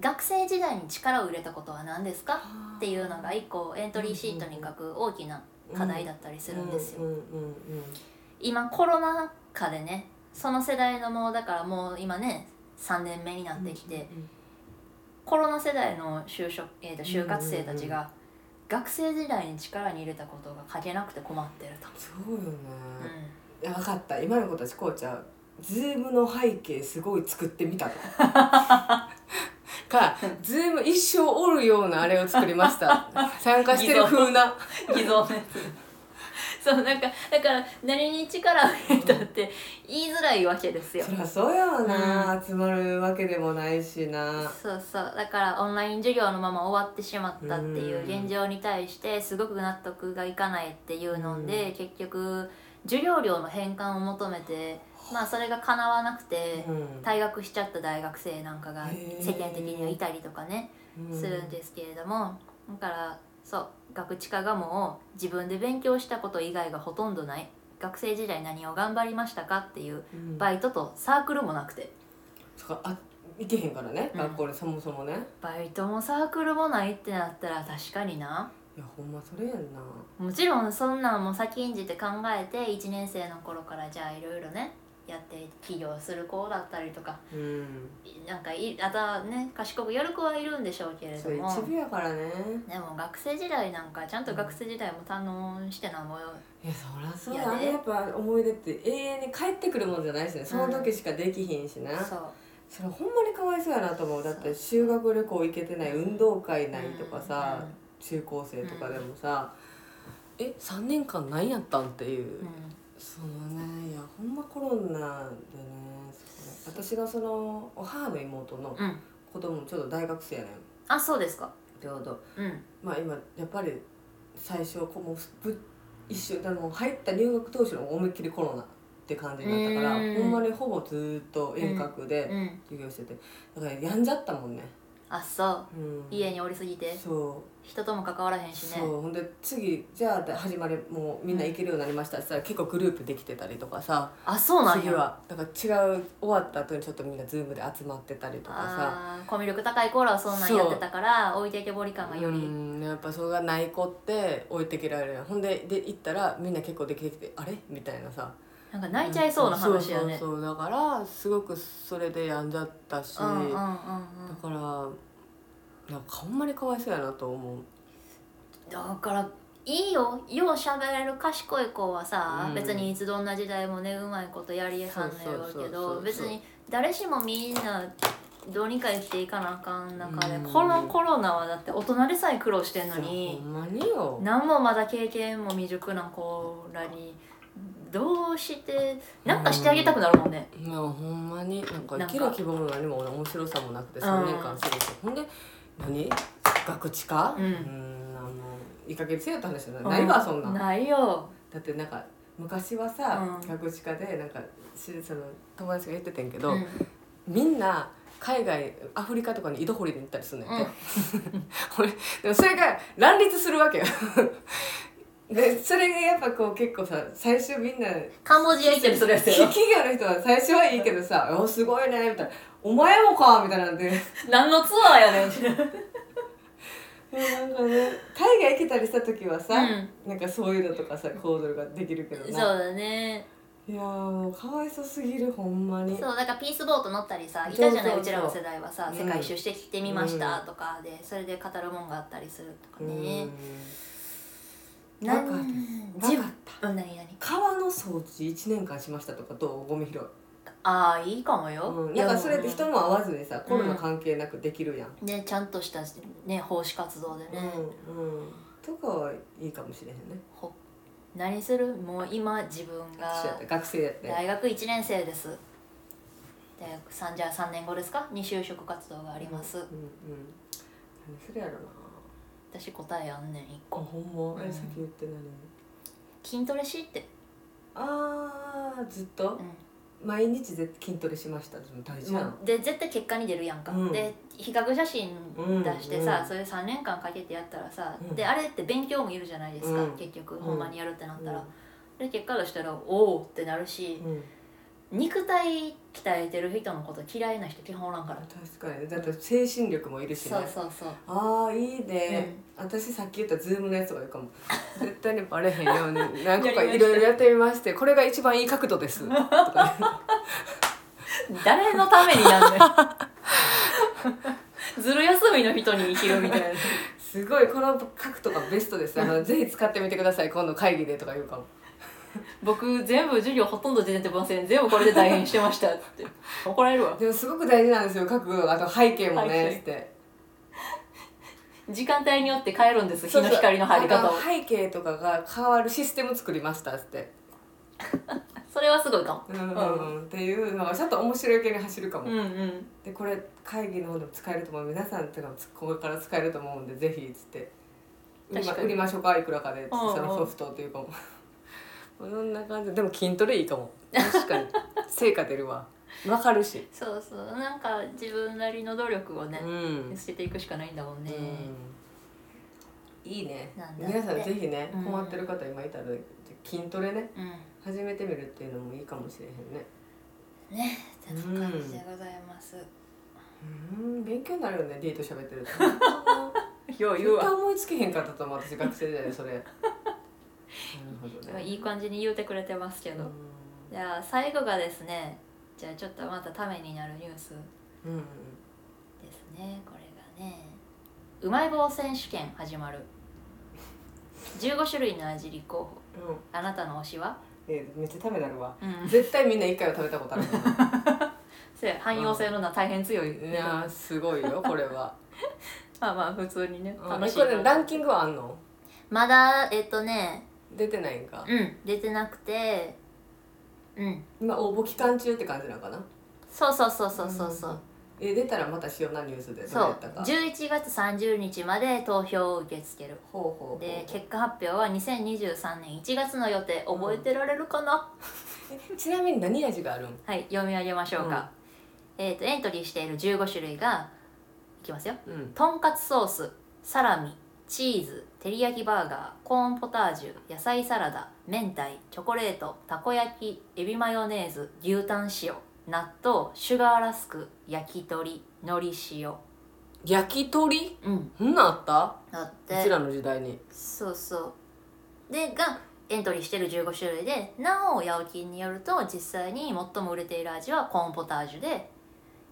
学生時代に力を入れたことは何ですかっていうのが1個エントリーシートに書く大きな課題だったりするんですよ。うんうんうん今コロナ禍でねその世代のもうだからもう今ね3年目になってきて、コロナ世代の就職、えーと就活生たちが学生時代に力に入れたことが書けなくて困ってると。そうよねう、んいや分かった今の子たちこうちゃんズームの背景すごい作ってみた *laughs* とかズーム一生おるようなあれを作り *laughs* ました参加してる風な偽造のやつそうなんかだから何に力を入れたって言いづらいわけですよそりゃそうやわな、集まるわけでもないしなそうそうだからオンライン授業のまま終わってしまったっていう現状に対してすごく納得がいかないっていうので、うん結局授業料の返還を求めてまあそれが叶わなくてうん退学しちゃった大学生なんかがへー世間的にはいたりとかねするんですけれどもだからそう学知化がもう自分で勉強したこと以外がほとんどない学生時代何を頑張りましたかっていううんバイトとサークルもなくてそっかあ行けへんからね、うん学校にそもそもねバイトもサークルもないってなったら確かにないやほんまそれやんなもちろんそんなんも先んじて考えて1年生の頃からじゃあいろいろねやって起業する子だったりとかうんなんかいあとはね賢くやる子はいるんでしょうけれそどうも一部やからねでも学生時代なんかちゃんと学生時代も堪能してなんぼよいやそりゃそういややねねやっぱ思い出って永遠に帰ってくるもんじゃないしねその時しかできひんしな、そうそれほんまにかわいそうやなと思うだって修学旅行行けてない運動会ないとかさ、うん中高生とかでもさ、え三3年間何やったんっていう、うんそのねいやほんまコロナでねそこで私がそのお母の妹のうん子供ちょうど大学生やねんあそうですかちょうどうんまあ今やっぱり最初こうもうぶ一瞬でも入った入学当初の思いっきりコロナって感じになったから、うんほんまにほぼずーっと遠隔でうん授業しててだからやんじゃったもんね、あそううん、家におりすぎてそう人とも関わらへんしねそうほんで次じゃあ始まりもうみんな行けるようになりましたって言ったら結構グループできてたりとかさあそうなん次やはだから違う終わった後にちょっとみんなズームで集まってたりとかさあーコミュ力高い頃はそんなんやってたから置いていけぼり感がようりんやっぱそれがない子って置いてけられるほんでで行ったらみんな結構できてきてあれみたいなさなんか泣いちゃいそうな話やねそうそうそうだからすごくそれで病んじゃったし、うんうんうんうんだからなんかほんまにかわいそうやなと思うだからいいよよう喋れる賢い子はさ、うん別にいつどんな時代もねうまいことやりえはんのやろうけそうそうそうそどう別に誰しもみんなどうにか生きていかなあかん中で、うんこのコロナはだって大人でさえ苦労してんのにほんまによ何もまだ経験も未熟な子らにどうしてなんかしてあげたくなるもんね。いやほんまになんかなんか生きる希望も何も面白さもなくてうん3年間過ごして、ほんで何学知かうんんあのいいかげんせえよって話じゃない、ないわそんなんだないよ。ってなんか昔はさ、うん学知かでなんかしその友達が言っててんけうど、んみんな海外アフリカとかに井戸掘りに行ったりするんだよね、うん俺でもそれが乱立するわけよ *laughs* でそれがやっぱこう結構さ最初み *laughs* んなカンボジア行ったりするやつやろ企業の人は最初はいいけどさ *laughs* 「おすごいね」みたいな「お前もか」みたいなんでも何のツアーやねん。うなんかね海外行けたりした時はさ、うなんかそういうのとかさ行動ができるけどそうなだね。いやーもうかわいそうすぎるほんまにそうだからピースボート乗ったりさいそうたじそうそうゃないうちらの世代はさうん世界一周してきてみましたうんとかでそれで語るもんがあったりするとかうねん。ななんかあるんわか自っ分たうん何何川の掃除1年間しましたとかどうゴミ拾い、ああいいかもよ。うん、いなやんかそれって人も会わずにさんコロナ関係なくできるやん、ねちゃんとしたね奉仕活動でうね。んうんとかはいいかもしれへんねほ何するもう今自分そうやがった学生やって大学1年生です大学三じゃあ3年後ですかに就職活動があります、うんうん何するやろな私答えあんねん1あ個ほんまえうんさっき言って何筋トレしって、あーずっとうん毎日絶筋トレしましたでも大事なので絶対結果に出るやんか、うんで比較写真出してさ、うんそれ3年間かけてやったらさ、うんであれって勉強もいるじゃないですか、うん結局んほんまにやるってなったら、で結果出したらおおってなるしう、ん、うん肉体鍛えてる人のこと嫌いな人基本おらんから、確かにだって精神力もいるしねそうそうそうああいいね、私さっき言ったズームのやつとか言うか *laughs* も絶対にバレへんように何個かいろいろやってみましてこれが一番いい角度ですとかね誰のためになんだよずる休みの人に生きるみたいなすごいこの角度がベストですあのぜひ使ってみてください今度会議でとか言うかも僕全部授業ほとんど出てません全部これで大変してましたって怒られるわでもすごく大事なんですよ角度があと背景も背景ねして時間帯によって変えるんです日の光の入り方をなんか背景とかが変わるシステム作りましたって、それはすごいかもうんうんうん、っていうのがちょっと面白い系に走るかうも、んうんでこれ会議の方でも使えると思う皆さんとかもこれから使えると思うんでぜひっつって売りま確かに売りましょうかいくらかでっつってうんうんそのソフトっていうか *laughs* もそんな感じでも筋トレいいかも *laughs* 確かに成果出るわわかるし、そうそうなんか自分なりの努力をねう、ん、捨てていくしかないんだもんね、うんいいねなんだって皆さんぜひねうん困ってる方今いたら筋トレねうん始めてみるっていうのもいいかもしれへんねねそんな感じでございます、うん勉強になるよね D と喋 *laughs* ってるとよう絶対思いつけへんかったと思う私学生時代で *laughs* それなるほどねいい感じに言うてくれてますけど、じゃあ最後がですねじゃあちょっとまたためになるニュースうんうんですねこれがねうまい棒選手権始まる15種類の味立候補うんあなたの推しはえめっちゃ食べなるわうん絶対みんな一回は食べたことあるもん *laughs* なそや汎用性のな大変強い、いやーすごいよこれ *laughs* はまあまあ普通にねうん楽えしいこれランキングはあんのまだえっとね出てないんかうん出てなくてうん今応募期間中って感じなのかなそうそうそうそうそうそう、え出たらまたしようなニュースでどそうやうったか11月30日まで投票を受け付けるほうほうほうで結果発表は2023年1月の予定覚えてられるかな、ちなみに何味があるんはい読み上げましょうか、えっ、とエントリーしている15種類がいきますようんとんかつソースサラミチーズ照り焼きバーガーコーンポタージュ野菜サラダ明太チョコレートたこ焼きエビマヨネーズ牛タン塩納豆シュガーラスク焼き鳥海苔塩焼き鳥うんそんなんあっただってうちらの時代にそうそうでがエントリーしてる15種類でなおヤオキンによると実際に最も売れている味はコーンポタージュで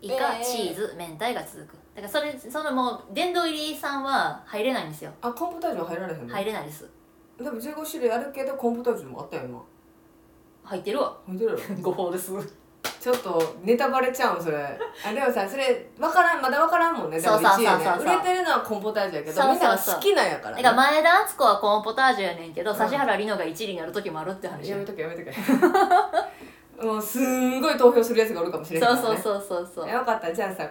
イカ、えーチーズ明太が続くだからそれそのもう殿堂入りさんは入れないんですよあコンポタージュ入られへん入れないですでも15種類あるけどコンポタージュもあったよ今入ってるわ *laughs* 入ってるや *laughs* ろ誤報ですそうちょっとネタバレちゃうんそれ *laughs* あでもさそれ分からんまだ分からんもんねでもそうそうそう一位やねそうそう売れてるのはコンポタージュやけそうどそうみんなが好きなんやからだねから前田敦子はコーンポタージュやねんけど、ん指原莉乃が1位になる時もあるって話やめとけやめとけ *laughs* もうすんごい投票するやつがおるかもしれないそかうらねそうそうそうそうよかったじゃあさ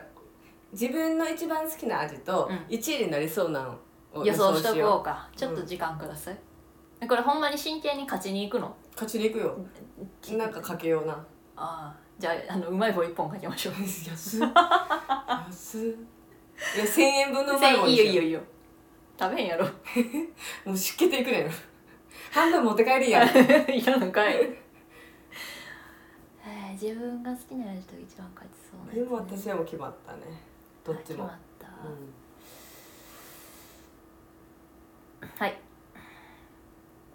自分の一番好きな味とうん1位になりそうなのを予想しとよこうかちょっと時間ください、これほんまに真剣に勝ちに行くのう勝ちに行くよなんかかけ *laughs* ようなああじゃああのうまい棒一本かけましょう安っ安っいや1000円分のうまいもんいにいしよよいいよういいよ食べへんや *laughs* ろもう湿気ていく *laughs* ねん半分持って帰りやいらん *laughs* かい自分が好きな味と一番勝ちそうなでも私はもう決まったねどっちも決まった、うんはい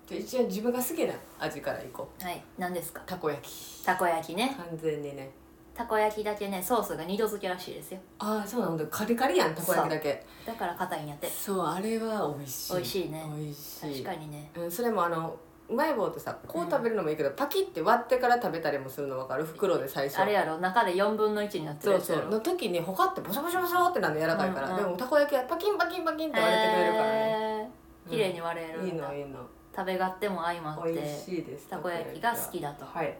じゃあ一応自分が好きな味からいこはい何ですかうたこ焼きたこ焼きね完全にねたこ焼きだけねソースが二度漬けらしいですよああそうなんだカリカリやんたこ焼きだけだから硬いんやってそうあれは美味しい美味しいね美味しい確かにねうん、それもあのうまい棒ってさこう食べるのもいいけど、パキって割ってから食べたりもするの分かる袋で最初あれやろ中で4分の1になってるそうやつそやうろの時にほかってボソボソボソってなるの柔らかいから、うんうんでもたこ焼きはパキンパキンパキンって割れてくれるからね、へー綺麗に割れるいいんだ、のいいの食べ勝手も相まっ美て味しいですたこ焼きが好きだとはい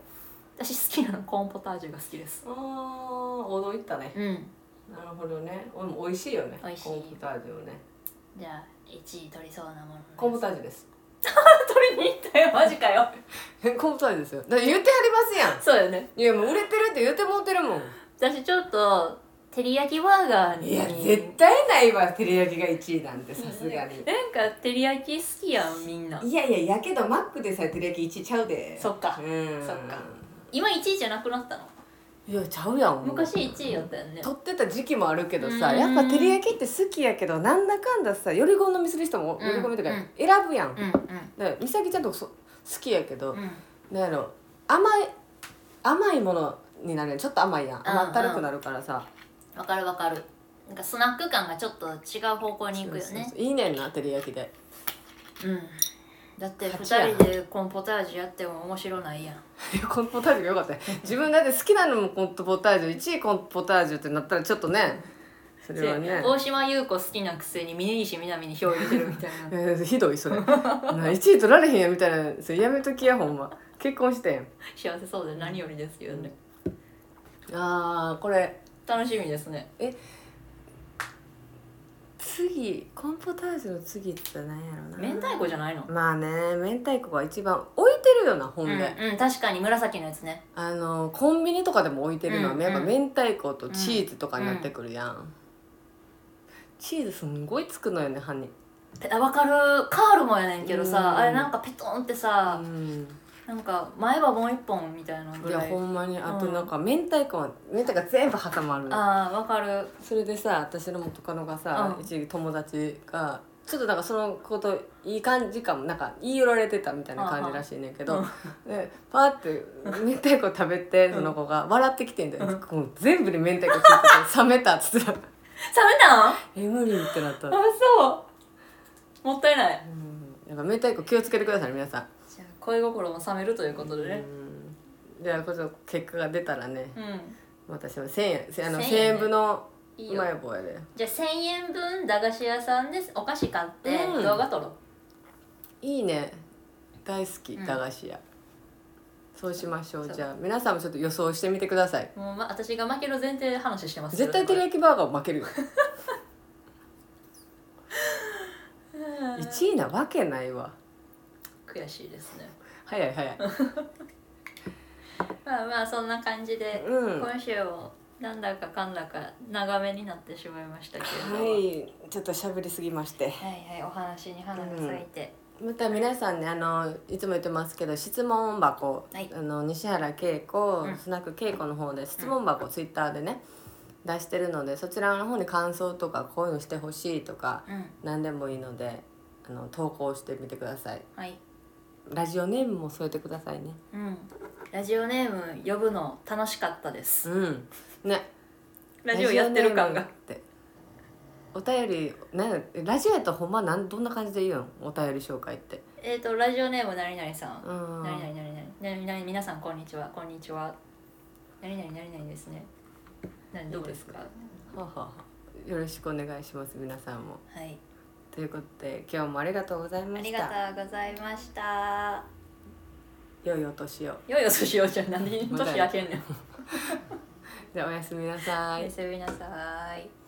私好きなのコーンポタージュが好きですあー王道いったねうんなるほどねおも美味しいよね美味しいコーンポタージュをねじゃあ1位取りそうなものコーンポタタージュです *laughs* 取りに行ったよマジかよコンプタイですよだから言ってはりますやんそうよねいやもう売れてるって言ってもうてるもん私ちょっと照り焼きバーガーにいや絶対ないわ照り焼きが1位なんてさすがになんか照り焼き好きやんみんないやいややけどマックでさえ照り焼き1位ちゃうでそっかうんそっか今1位じゃなくなったのいやちゃうやんもう昔1位やったよね取ってた時期もあるけどさうんやっぱ照り焼きって好きやけどなんだかんださより好みする人もうんより好みとかうん選ぶやん、うんうんだから美咲ちゃんとこそ好きやけど、うんなんやろ甘い甘いものになるやんちょっと甘いやん甘ったるくなるからさ、わかるわかるなんかスナック感がちょっと違う方向に行くよそうそうねそういいねんな照り焼きでうんだって勝ちやん2人でコーンポタージュやっても面白ないやんいやコーンポタージュがよかったよ自分だって好きなのもコーンポタージュ1位コーンポタージュってなったらちょっとねそれはね大島優子好きなくせに峯岸みなみに票入れてるみたいな *laughs* えーひどいそれな1位取られへんやみたいなそれやめときやほんま結婚してん幸せそうで何よりですけどね、あーこれ楽しみですね次コーンポタージュの次ってなんやろうな明太子じゃないのまあね明太子が一番置いてるよなほうんん、で、うん、確かに紫のやつねあのコンビニとかでも置いてるのは、うんやっぱうん明太子とチーズとかになってくるやん、チーズすんごいつくのよね歯に、てあ分かるカールもやねんけどさ、うんあれなんかペトンってさ、うん、なんか前歯もう一本みたいなぐいやらいほんまにあとうんなんか明太子は明太子が全部挟まるのああ分かるそれでさ私の元カノがさ、うん一友達がちょっとなんかそのこといい感じかもなんか言い寄られてたみたいな感じらしいねんけど、でパーって明太子食べてその子が笑ってきてんだよ、もう全部に明太子ついてて冷めたっつって *laughs* た冷めたんあ「え無理」ってなったそうもったいないなんか明太子気をつけてくださいね皆さん。じゃあ恋心も冷めるということでねうんじゃあこそ結果が出たらね、うん、私も千円せあの1000円千円分のいいうよまい棒やで。じゃあ1000円分駄菓子屋さんでお菓子買ってうん動画撮ろう、いいね。大好きうん駄菓子屋。そうしましょうそうじゃあ皆さんもちょっと予想してみてください。もう、ま、私が負ける前提で話してますけど絶対照り焼きバーガーも負けるよ。一位なわけないわ。悔しいですね早い早い。まあまあそんな感じで、うん今週もなんだかかんだか長めになってしまいましたけれども、はいちょっと喋りすぎましてはいはいお話に花が咲いて、また皆さんねあのいつも言ってますけど質問箱、はいあの西原恵子、うんスナック恵子の方で質問箱、ツイッターでね出してるのでそちらの方に感想とかこういうのしてほしいとかうん何でもいいのであの投稿してみてくださいはいラジオネームも添えてくださいねうんラジオネーム呼ぶの楽しかったです、うんねラジオやってる感がラジオネームってお便りなんラジオやとほんまなんどんな感じで言うのお便り紹介ってえっ、とラジオネーム何々さん、うん何々何々何々皆さんこんにちはこんにちは何々何々ですね何どうですかはあはあはあよろしくお願いします皆さんもはいということで今日もありがとうございあまりしがたとうございました良いお年をよいお寿司をじゃあ何年年明けんねんじゃあおやすみなさおいやすみなさい